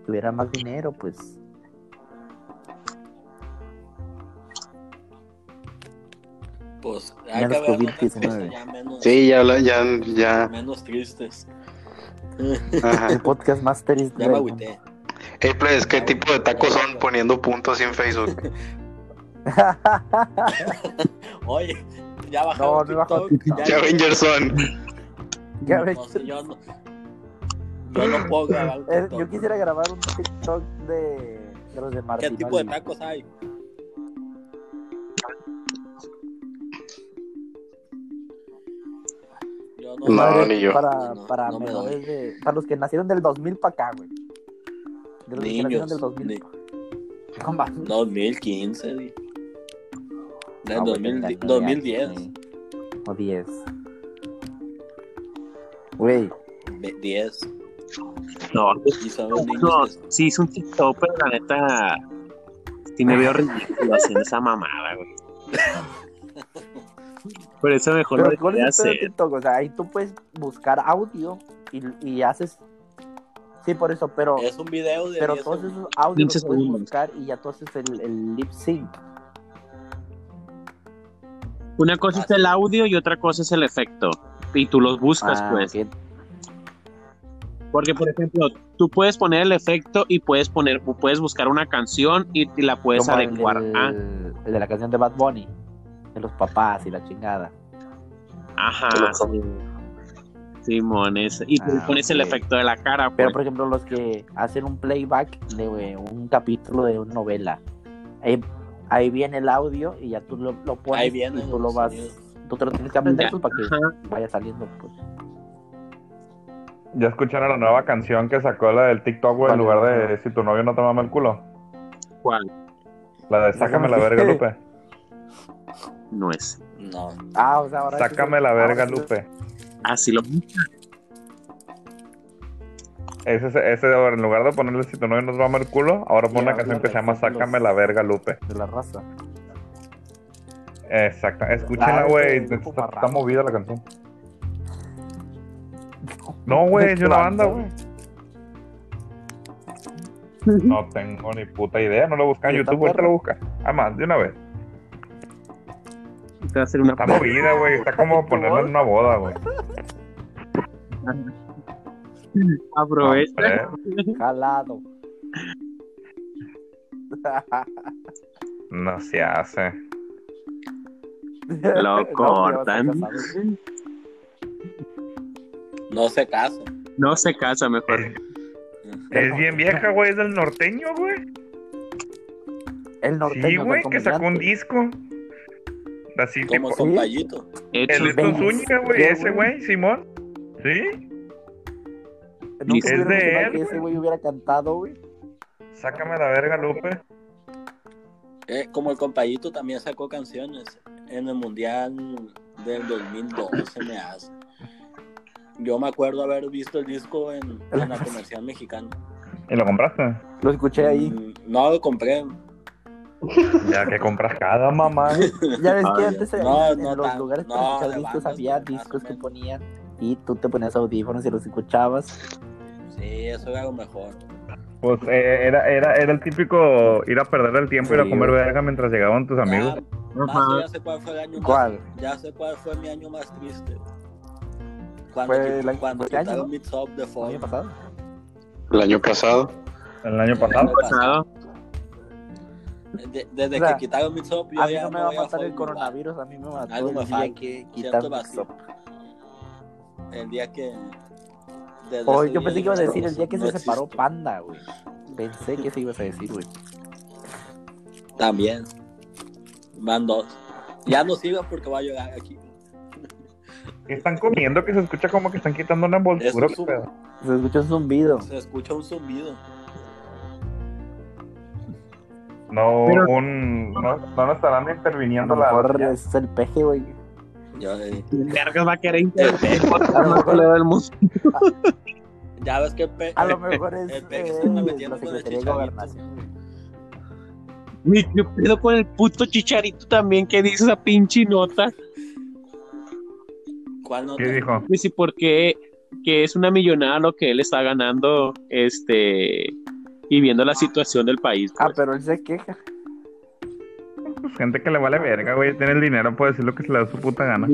Speaker 4: que hubiera más dinero, pues.
Speaker 2: Pues hay
Speaker 4: Menos
Speaker 2: que ver una
Speaker 4: COVID-19.
Speaker 2: cosa ya menos,
Speaker 5: Sí, ya, habla- ya, ya.
Speaker 2: menos tristes.
Speaker 5: Ajá.
Speaker 4: El podcast más triste.
Speaker 2: Ya me
Speaker 4: del
Speaker 2: agüité.
Speaker 5: Hey, plebes, ¿qué tipo de tacos son poniendo puntos así en Facebook?
Speaker 4: mundo.
Speaker 2: Oye, ya
Speaker 4: No,
Speaker 2: bajó
Speaker 4: no bajó
Speaker 2: TikTok.
Speaker 4: TikTok.
Speaker 5: Ya
Speaker 2: ya-
Speaker 5: ven, Gerson.
Speaker 4: Ya ves.
Speaker 2: No sé, yo no, yo no puedo grabar un
Speaker 4: Eh,
Speaker 2: TikTok.
Speaker 4: Yo quisiera grabar un TikTok de, de los de
Speaker 2: ¿Qué
Speaker 4: Martín.
Speaker 2: tipo de tacos hay? Yo no,
Speaker 5: No, ni yo.
Speaker 4: Para,
Speaker 2: No,
Speaker 4: para,
Speaker 2: no me
Speaker 4: menores
Speaker 2: doy.
Speaker 4: de- para los que nacieron del 2000 para acá, güey. De los que nacieron
Speaker 2: Niños.
Speaker 4: del 2000.
Speaker 2: ni-
Speaker 4: No, mames.
Speaker 2: 2015. di. Del
Speaker 4: No, güey,
Speaker 2: 2000
Speaker 4: tenía
Speaker 2: 2010.
Speaker 4: nueve años, güey. O 10. Güey,
Speaker 2: 10.
Speaker 1: No,
Speaker 2: Y son
Speaker 1: no,
Speaker 2: niños
Speaker 1: no,
Speaker 2: que-
Speaker 1: sí hizo un TikTok, pero la neta sí me veo ridículo haciendo esa mamada, güey. Por eso mejor
Speaker 4: pero
Speaker 1: lo
Speaker 4: ¿cuál
Speaker 1: dejé de
Speaker 4: es el pedo de
Speaker 1: hacer.
Speaker 4: TikTok? O sea, ahí tú puedes buscar audio y, y haces. Sí, por eso, pero,
Speaker 2: Es un video de
Speaker 4: pero
Speaker 2: 10
Speaker 4: todos
Speaker 2: segundos.
Speaker 4: esos audios
Speaker 1: 15
Speaker 4: los puedes
Speaker 1: segundos.
Speaker 4: buscar y ya tú haces el, el lip sync.
Speaker 1: Una cosa
Speaker 4: Ah.
Speaker 1: es el audio y otra cosa es el efecto. Y tú los buscas,
Speaker 4: Ah,
Speaker 1: pues.
Speaker 4: ok.
Speaker 1: Porque, por ejemplo, tú puedes poner el efecto y puedes poner, puedes buscar una canción y, y la puedes
Speaker 4: Como
Speaker 1: adecuar.
Speaker 4: El,
Speaker 1: Ah,
Speaker 4: el de la canción de Bad Bunny, de los papás y la chingada.
Speaker 1: ajá,
Speaker 5: Loco.
Speaker 1: Simón, ese. Y tú
Speaker 4: Ah,
Speaker 1: pones el
Speaker 4: ok.
Speaker 1: efecto de la cara,
Speaker 4: Pero,
Speaker 1: pues.
Speaker 4: por ejemplo, los que hacen un playback de eh, un capítulo de una novela, ahí, ahí viene el audio y ya tú lo, lo pones
Speaker 2: Ahí vienen
Speaker 4: y tú lo
Speaker 2: los
Speaker 4: vas,
Speaker 2: sonidos.
Speaker 4: tú te lo tienes que aprender
Speaker 1: Ya,
Speaker 4: pues, para que
Speaker 1: Ajá.
Speaker 4: vaya saliendo. Pues.
Speaker 3: ¿Ya escucharon la nueva canción que sacó la del TikTok, güey, en
Speaker 4: ¿Cuál?
Speaker 3: lugar de Si tu novio no te mama el culo?
Speaker 1: ¿Cuál?
Speaker 3: La de Sácame la verga, Lupe.
Speaker 1: No es.
Speaker 2: No.
Speaker 4: Ah, o sea, ahora sí
Speaker 3: Sácame
Speaker 4: se-
Speaker 3: la
Speaker 4: ahora
Speaker 3: verga,
Speaker 4: sí se-
Speaker 3: Lupe.
Speaker 1: Así lo.
Speaker 3: Ese, ese, en lugar de ponerle Si tu novio nos mama el culo, ahora pone una
Speaker 4: Ya,
Speaker 3: canción
Speaker 4: claro,
Speaker 3: que se llama
Speaker 4: los culos.
Speaker 3: Sácame la verga, Lupe.
Speaker 4: De la raza.
Speaker 3: Exacto, escúchala,
Speaker 4: Ah,
Speaker 3: güey.
Speaker 4: ese grupo
Speaker 3: Está, está
Speaker 4: marrano.
Speaker 3: movida la canción. No, güey, es de una banda, güey. No tengo ni puta idea, no lo busca en
Speaker 4: Está
Speaker 3: YouTube, ahorita
Speaker 4: perra.
Speaker 3: lo busca. Además, de una vez.
Speaker 1: Te va a hacer una
Speaker 3: Está movida, güey. Está como ponerla en una boda, güey. Eh, Ah,
Speaker 1: Aprovecha.
Speaker 4: Jalado.
Speaker 3: No se hace.
Speaker 1: Lo
Speaker 4: No,
Speaker 1: cortan.
Speaker 4: ya vas a casar.
Speaker 2: No se casa.
Speaker 1: No se casa mejor.
Speaker 3: Es bien vieja, güey. Es del norteño, güey.
Speaker 4: El norteño.
Speaker 3: Sí, güey,
Speaker 4: el
Speaker 3: que sacó un
Speaker 4: combinante.
Speaker 3: disco. Así
Speaker 2: Como
Speaker 3: tipo.
Speaker 2: son payito.
Speaker 1: Hecho.
Speaker 3: El Edson
Speaker 4: Benz.
Speaker 3: Zúñiga, güey.
Speaker 4: Sí,
Speaker 3: Ese,
Speaker 4: güey.
Speaker 3: güey, Simón. ¿Sí?
Speaker 4: Nunca
Speaker 1: Es
Speaker 4: hubiera
Speaker 3: de
Speaker 4: imaginado
Speaker 3: él,
Speaker 4: que ese güey hubiera cantado, güey.
Speaker 3: Sácame la verga, Lupe.
Speaker 2: Eh, como el compayito también sacó canciones en el mundial del 2012 me hace. Yo me acuerdo haber visto el disco en, en la comercial mexicana.
Speaker 3: ¿Y lo compraste?
Speaker 4: Lo escuché ahí.
Speaker 2: Mm, No lo compré.
Speaker 3: Ya que compras cada mamá.
Speaker 4: Ya ves
Speaker 1: Ah,
Speaker 4: que
Speaker 1: ya.
Speaker 4: antes eh,
Speaker 2: No,
Speaker 4: en, en
Speaker 2: no
Speaker 4: los
Speaker 2: tan-
Speaker 4: lugares para
Speaker 2: no,
Speaker 4: escuchar
Speaker 2: de
Speaker 4: discos
Speaker 2: bandas,
Speaker 4: había
Speaker 2: pues, más o
Speaker 4: discos que
Speaker 2: menos.
Speaker 4: ponían y tú te ponías audífonos y los escuchabas.
Speaker 2: Sí, eso era lo mejor.
Speaker 3: Pues eh, era, era, era el típico ir a perder el tiempo y ir a
Speaker 4: Sí,
Speaker 3: comer
Speaker 4: güey.
Speaker 3: verga mientras llegaban tus amigos.
Speaker 2: Ya, Mazo,
Speaker 4: Ah,
Speaker 2: ya sé cuál fue el año más-
Speaker 4: ¿Cuál?
Speaker 2: ya sé cuál fue mi año más triste. Cuando,
Speaker 4: Fue
Speaker 2: qui-
Speaker 4: el año-
Speaker 2: cuando
Speaker 4: fue el año,
Speaker 2: quitaron
Speaker 4: ¿no?
Speaker 2: mi top de
Speaker 4: ¿El año
Speaker 2: forma.
Speaker 4: pasado?
Speaker 5: El año pasado.
Speaker 3: El año pasado.
Speaker 1: Pasado.
Speaker 2: De- desde
Speaker 4: O sea,
Speaker 2: que quitaron mi top, yo
Speaker 4: A mí
Speaker 2: ya
Speaker 4: no
Speaker 2: no
Speaker 4: me va a
Speaker 2: voy a
Speaker 4: matar el
Speaker 2: Fortnite.
Speaker 4: coronavirus, a mí me mató
Speaker 2: Algo
Speaker 4: el
Speaker 2: me
Speaker 4: día
Speaker 2: falta.
Speaker 4: que
Speaker 2: Siento
Speaker 4: quitaron
Speaker 2: vacío.
Speaker 4: Mixup.
Speaker 2: El día que. desde
Speaker 4: Oh,
Speaker 2: ese
Speaker 4: yo
Speaker 2: día
Speaker 4: pensé que ibas a decir
Speaker 2: no-
Speaker 4: el día que
Speaker 2: no
Speaker 4: se
Speaker 2: existo.
Speaker 4: separó Panda, güey. Pensé que eso ibas a decir, güey.
Speaker 2: También. Van dos. Ya no sigas porque va a llegar aquí.
Speaker 3: ¿Qué están comiendo que se escucha como que están quitando una envoltura?
Speaker 2: Eso es un-
Speaker 3: ¿Qué pedo?
Speaker 4: Se escuchó un zumbido.
Speaker 2: Se escucha un zumbido.
Speaker 3: No,
Speaker 1: Pero-
Speaker 3: un, no, no nos estarán
Speaker 4: A lo
Speaker 3: interviniendo
Speaker 4: mejor
Speaker 3: la.
Speaker 4: es el peje, güey.
Speaker 2: Yo, eh,
Speaker 1: Vergas va a querer internet. más culero del mundo.
Speaker 2: ya ves que el pe-
Speaker 4: A lo mejor es
Speaker 2: el
Speaker 4: eh,
Speaker 2: peje se está
Speaker 4: la
Speaker 2: metiendo con el
Speaker 4: Secretaría de
Speaker 2: chicharito.
Speaker 4: Gobernación.
Speaker 1: Güey, ¿Qué pedo con el puto chicharito también que dice esa pinche nota?
Speaker 2: ¿Cuál no
Speaker 3: ¿Qué dijo?
Speaker 1: Dice, ¿por qué? Que es una millonada lo que él está ganando, este, y viendo la situación del país.
Speaker 4: Ah,
Speaker 1: pues.
Speaker 4: pero él se queja.
Speaker 3: Pues gente que le vale verga, güey. Tiene el dinero, puede decir lo que se le da su puta gana.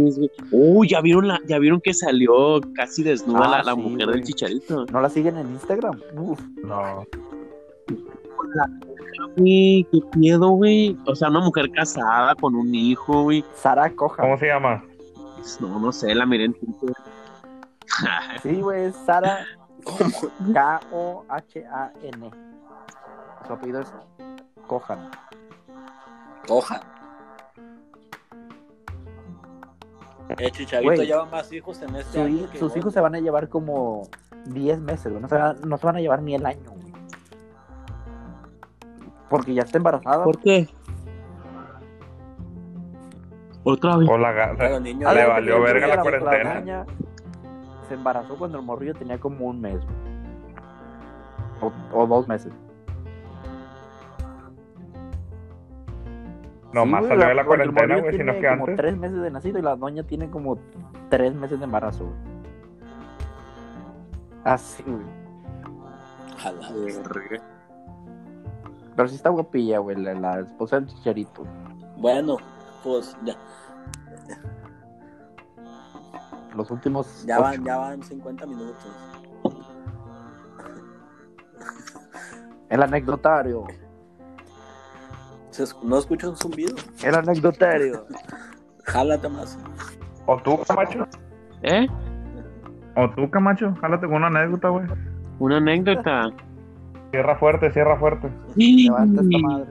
Speaker 1: Uy, ya vieron la, ya vieron que salió casi desnuda
Speaker 4: Ah,
Speaker 1: la, la
Speaker 4: sí,
Speaker 1: mujer
Speaker 4: güey.
Speaker 1: del chicharito.
Speaker 4: ¿No la siguen en Instagram? Uf.
Speaker 3: No.
Speaker 1: Güey, qué miedo, güey. O sea, una mujer casada con un hijo, güey.
Speaker 4: Sara Coja.
Speaker 3: ¿Cómo se llama?
Speaker 1: No, no sé, la miré en Twitter.
Speaker 4: Sí, güey, es Sara K-O-H-A-N. Su apellido es Cojan.
Speaker 2: Coja. El chicharito
Speaker 4: Güey.
Speaker 2: lleva más hijos en este
Speaker 4: Su hi-
Speaker 2: año. que
Speaker 4: sus
Speaker 2: vos.
Speaker 4: hijos se van a llevar como 10 meses, güey. No se, van, no se van a llevar ni el año, güey. Porque ya está embarazada.
Speaker 1: ¿Por qué? Otra vez.
Speaker 3: O la ga-
Speaker 2: Pero niño,
Speaker 3: Le
Speaker 4: Ah,
Speaker 3: valió
Speaker 4: güey,
Speaker 3: verga la
Speaker 4: la
Speaker 3: cuarentena.
Speaker 4: doña se embarazó cuando el morrillo tenía como un mes. güey. O, o dos meses.
Speaker 3: Nomás
Speaker 4: Sí, güey,
Speaker 3: salió de la
Speaker 4: porque el
Speaker 3: cuarentena,
Speaker 4: morrillo
Speaker 3: güey, sino
Speaker 4: tiene
Speaker 3: que
Speaker 4: como
Speaker 3: antes.
Speaker 4: tres meses de nacido y la doña tiene como tres meses de embarazo, güey. Así, güey.
Speaker 2: A la vez.
Speaker 4: Pero sí está guapilla, güey, la, la esposa del chicharito.
Speaker 2: Bueno, pues ya,
Speaker 4: Los últimos.
Speaker 2: ya
Speaker 4: ocho.
Speaker 2: van, ya van 50 minutos.
Speaker 4: El anecdotario.
Speaker 2: ¿Se esc- ¿No escuchas un zumbido?
Speaker 4: El anecdotario.
Speaker 2: Jálate más.
Speaker 3: O tú, Camacho.
Speaker 1: ¿Eh?
Speaker 3: O tú, Camacho. Jálate con una anécdota, güey.
Speaker 1: Una anécdota.
Speaker 3: Cierra fuerte, cierra fuerte.
Speaker 4: Levanta esta madre.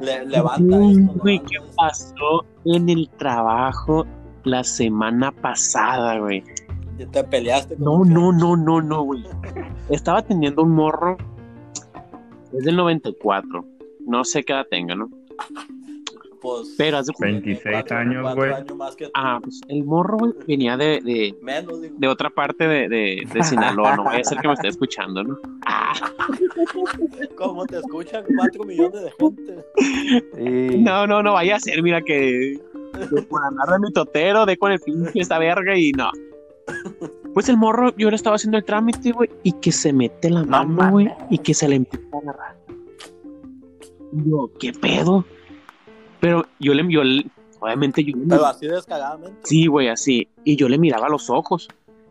Speaker 2: Le- levanta esto.
Speaker 1: Güey,
Speaker 2: levanta
Speaker 1: ¿qué
Speaker 2: esto.
Speaker 1: pasó en el trabajo la semana pasada, güey?
Speaker 2: Te peleaste con
Speaker 1: No,
Speaker 2: un-
Speaker 1: no, no, no, no, güey. Estaba teniendo un morro. Es del 94. No sé qué edad tenga, ¿no?
Speaker 2: Pues,
Speaker 1: Pero haz de cuenta.
Speaker 3: 26
Speaker 2: cuatro-
Speaker 3: años,
Speaker 2: cuatro
Speaker 3: güey.
Speaker 2: años más que tú.
Speaker 1: Ah, pues el morro, güey, venía de, de,
Speaker 2: Menos, digo.
Speaker 1: de otra parte de, de, de Sinaloa. No vaya a ser que me esté escuchando, ¿no? Ah,
Speaker 2: ¿Cómo te escuchan 4 millones de gente?
Speaker 4: Y-
Speaker 1: no, no, no vaya a ser. Mira que. que Por andar de mi totero, de con el pinche esta verga y no. Pues el morro, yo le estaba haciendo el trámite, güey, y que se mete la mano, güey, y que se le empieza a agarrar. Y Yo, ¿qué pedo? Pero yo le envió, obviamente yo le
Speaker 2: Pero así descaradamente.
Speaker 1: Sí, güey, así. Y yo le miraba a los ojos.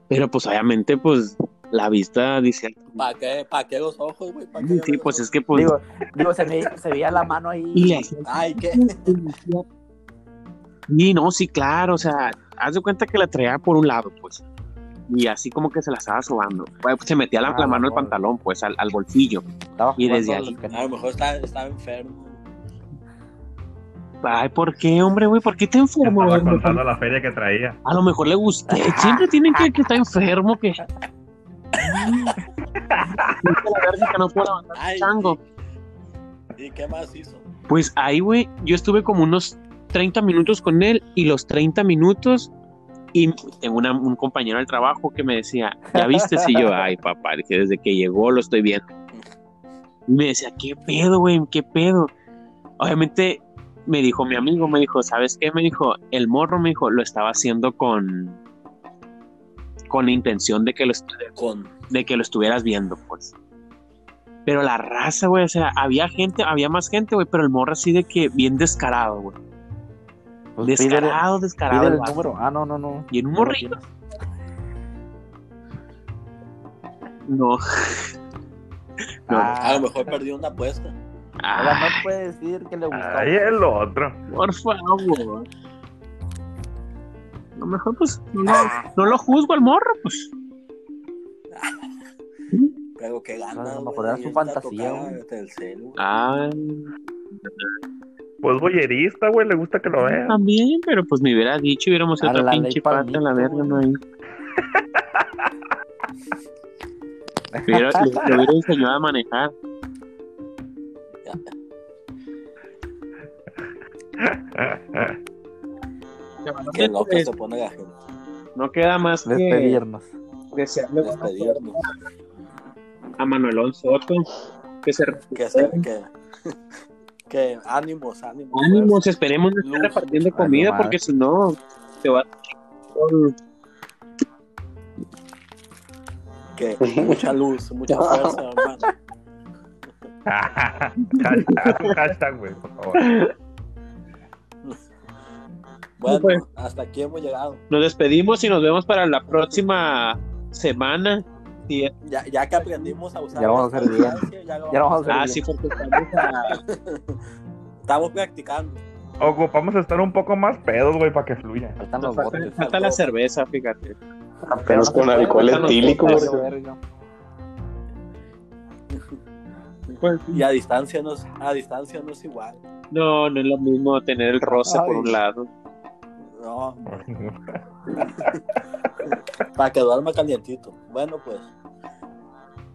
Speaker 1: Pero pues obviamente, pues, la vista dice.
Speaker 2: ¿Para qué? ¿Para qué los ojos, güey? ¿Para qué
Speaker 1: Sí,
Speaker 2: los
Speaker 1: pues
Speaker 2: ojos?
Speaker 1: es que pues.
Speaker 4: Digo, digo se, ve- se veía la mano ahí.
Speaker 1: y le hacía-
Speaker 2: Ay, ¿qué?
Speaker 1: Y no, sí, claro. O sea, haz de cuenta que la traía por un lado, pues. Y así como que se la estaba sobando. Güey, pues, se metía la,
Speaker 4: Ah,
Speaker 1: la mano al
Speaker 4: bueno.
Speaker 1: pantalón, pues, al, al bolsillo.
Speaker 4: Estaba
Speaker 1: Y
Speaker 4: jugando
Speaker 1: desde
Speaker 4: a
Speaker 1: ahí.
Speaker 4: los can-
Speaker 2: A lo mejor está, está enfermo.
Speaker 1: Ay, ¿por qué, hombre, güey? ¿Por qué te enfermo?
Speaker 3: Estaba
Speaker 1: güey?
Speaker 3: contando la feria que traía.
Speaker 1: A lo mejor le gusta. Siempre tienen que que está enfermo, que. Vete a la verga, que no puedo avanzar,
Speaker 2: Ay,
Speaker 1: chango.
Speaker 2: ¿y qué más hizo?
Speaker 1: Pues ahí, güey, yo estuve como unos 30 minutos con él y los 30 minutos y tengo una- un compañero del trabajo que me decía, ¿ya viste? Y yo, ay, papá, dije, desde que llegó lo estoy viendo. Y me decía, ¿qué pedo, güey? ¿Qué pedo? Obviamente me dijo mi amigo, me dijo, ¿sabes qué? Me dijo, el morro me dijo, lo estaba haciendo con con intención de que lo, estu-
Speaker 2: Con.
Speaker 1: de que lo estuvieras viendo, pues. Pero la raza, güey, o sea, había gente, había más gente, güey, pero el morro así de que bien descarado, güey.
Speaker 4: Pues pídele-
Speaker 1: Descarado, descarado.
Speaker 4: pídele
Speaker 1: el
Speaker 4: el
Speaker 1: vato.
Speaker 4: número. Ah, no, no, no.
Speaker 1: Y en un morrillo. No. No.
Speaker 2: A
Speaker 4: Ah,
Speaker 2: lo mejor perdió una apuesta.
Speaker 4: ahora
Speaker 1: Ah,
Speaker 4: no puede decir que le gustó.
Speaker 3: Ahí el otro.
Speaker 1: por favor. A lo mejor, pues, no,
Speaker 4: Ah.
Speaker 1: no lo juzgo al morro, pues.
Speaker 2: Pero que gana.
Speaker 4: A lo
Speaker 2: güey,
Speaker 4: mejor era
Speaker 2: ahí
Speaker 4: su
Speaker 2: está
Speaker 4: fantasía,
Speaker 2: tocada
Speaker 4: güey.
Speaker 2: del cel, güey.
Speaker 1: Ah,
Speaker 3: Pues boyerista, güey, le gusta que lo vean.
Speaker 1: también, pero pues me hubiera dicho y hubiéramos hecho
Speaker 4: A
Speaker 1: otra
Speaker 4: la ley
Speaker 1: pinche parte a la
Speaker 4: palmito,
Speaker 1: verga, no hay. Pero le, le hubiera enseñado a manejar.
Speaker 2: Qué loco se pone la gente.
Speaker 1: Pues, No queda más que
Speaker 4: Despedirnos.
Speaker 1: desearle buena suerte
Speaker 2: Despedirnos.
Speaker 1: a Manuelón Soto. Que se
Speaker 2: Que se que, que ánimos, ánimos.
Speaker 1: ánimos, esperemos no estar
Speaker 2: Luz.
Speaker 1: repartiendo
Speaker 4: Ay,
Speaker 1: comida
Speaker 4: no
Speaker 1: porque si no te va a...
Speaker 2: Que mucha luz, mucha fuerza, hermano.
Speaker 3: hashtag, un hashtag, güey, por favor.
Speaker 2: Bueno,
Speaker 1: Bueno.
Speaker 2: hasta aquí hemos llegado.
Speaker 1: Nos despedimos y nos vemos para la próxima semana. Sí,
Speaker 2: Ya, ya que aprendimos a usar.
Speaker 4: Ya lo vamos a
Speaker 2: la
Speaker 4: hacer bien.
Speaker 2: distancia, Ya lo
Speaker 4: Ya lo
Speaker 2: vamos
Speaker 4: vamos a
Speaker 1: ah,
Speaker 4: hacer.
Speaker 1: sí,
Speaker 4: bien.
Speaker 1: porque estamos a-
Speaker 2: Estamos practicando.
Speaker 3: Ocupamos estar un poco más pedos, güey, para que fluya.
Speaker 4: Faltan
Speaker 1: nos
Speaker 4: los
Speaker 1: falta,
Speaker 4: botes.
Speaker 1: falta la cerveza, fíjate.
Speaker 5: Apenas con alcohol
Speaker 1: Faltan los
Speaker 5: etílico,
Speaker 1: botes.
Speaker 5: verga.
Speaker 1: Pues,
Speaker 2: Y a distancia no es, a distancia no es igual.
Speaker 1: no, no es lo mismo tener el roce por
Speaker 4: Ay.
Speaker 1: un lado.
Speaker 2: No, para que duerma calientito. Bueno, pues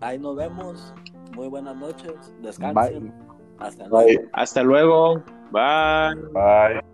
Speaker 2: ahí nos vemos. Muy buenas noches. Descansen.
Speaker 4: Bye.
Speaker 2: Hasta luego.
Speaker 1: Hasta luego. Bye.
Speaker 3: Bye.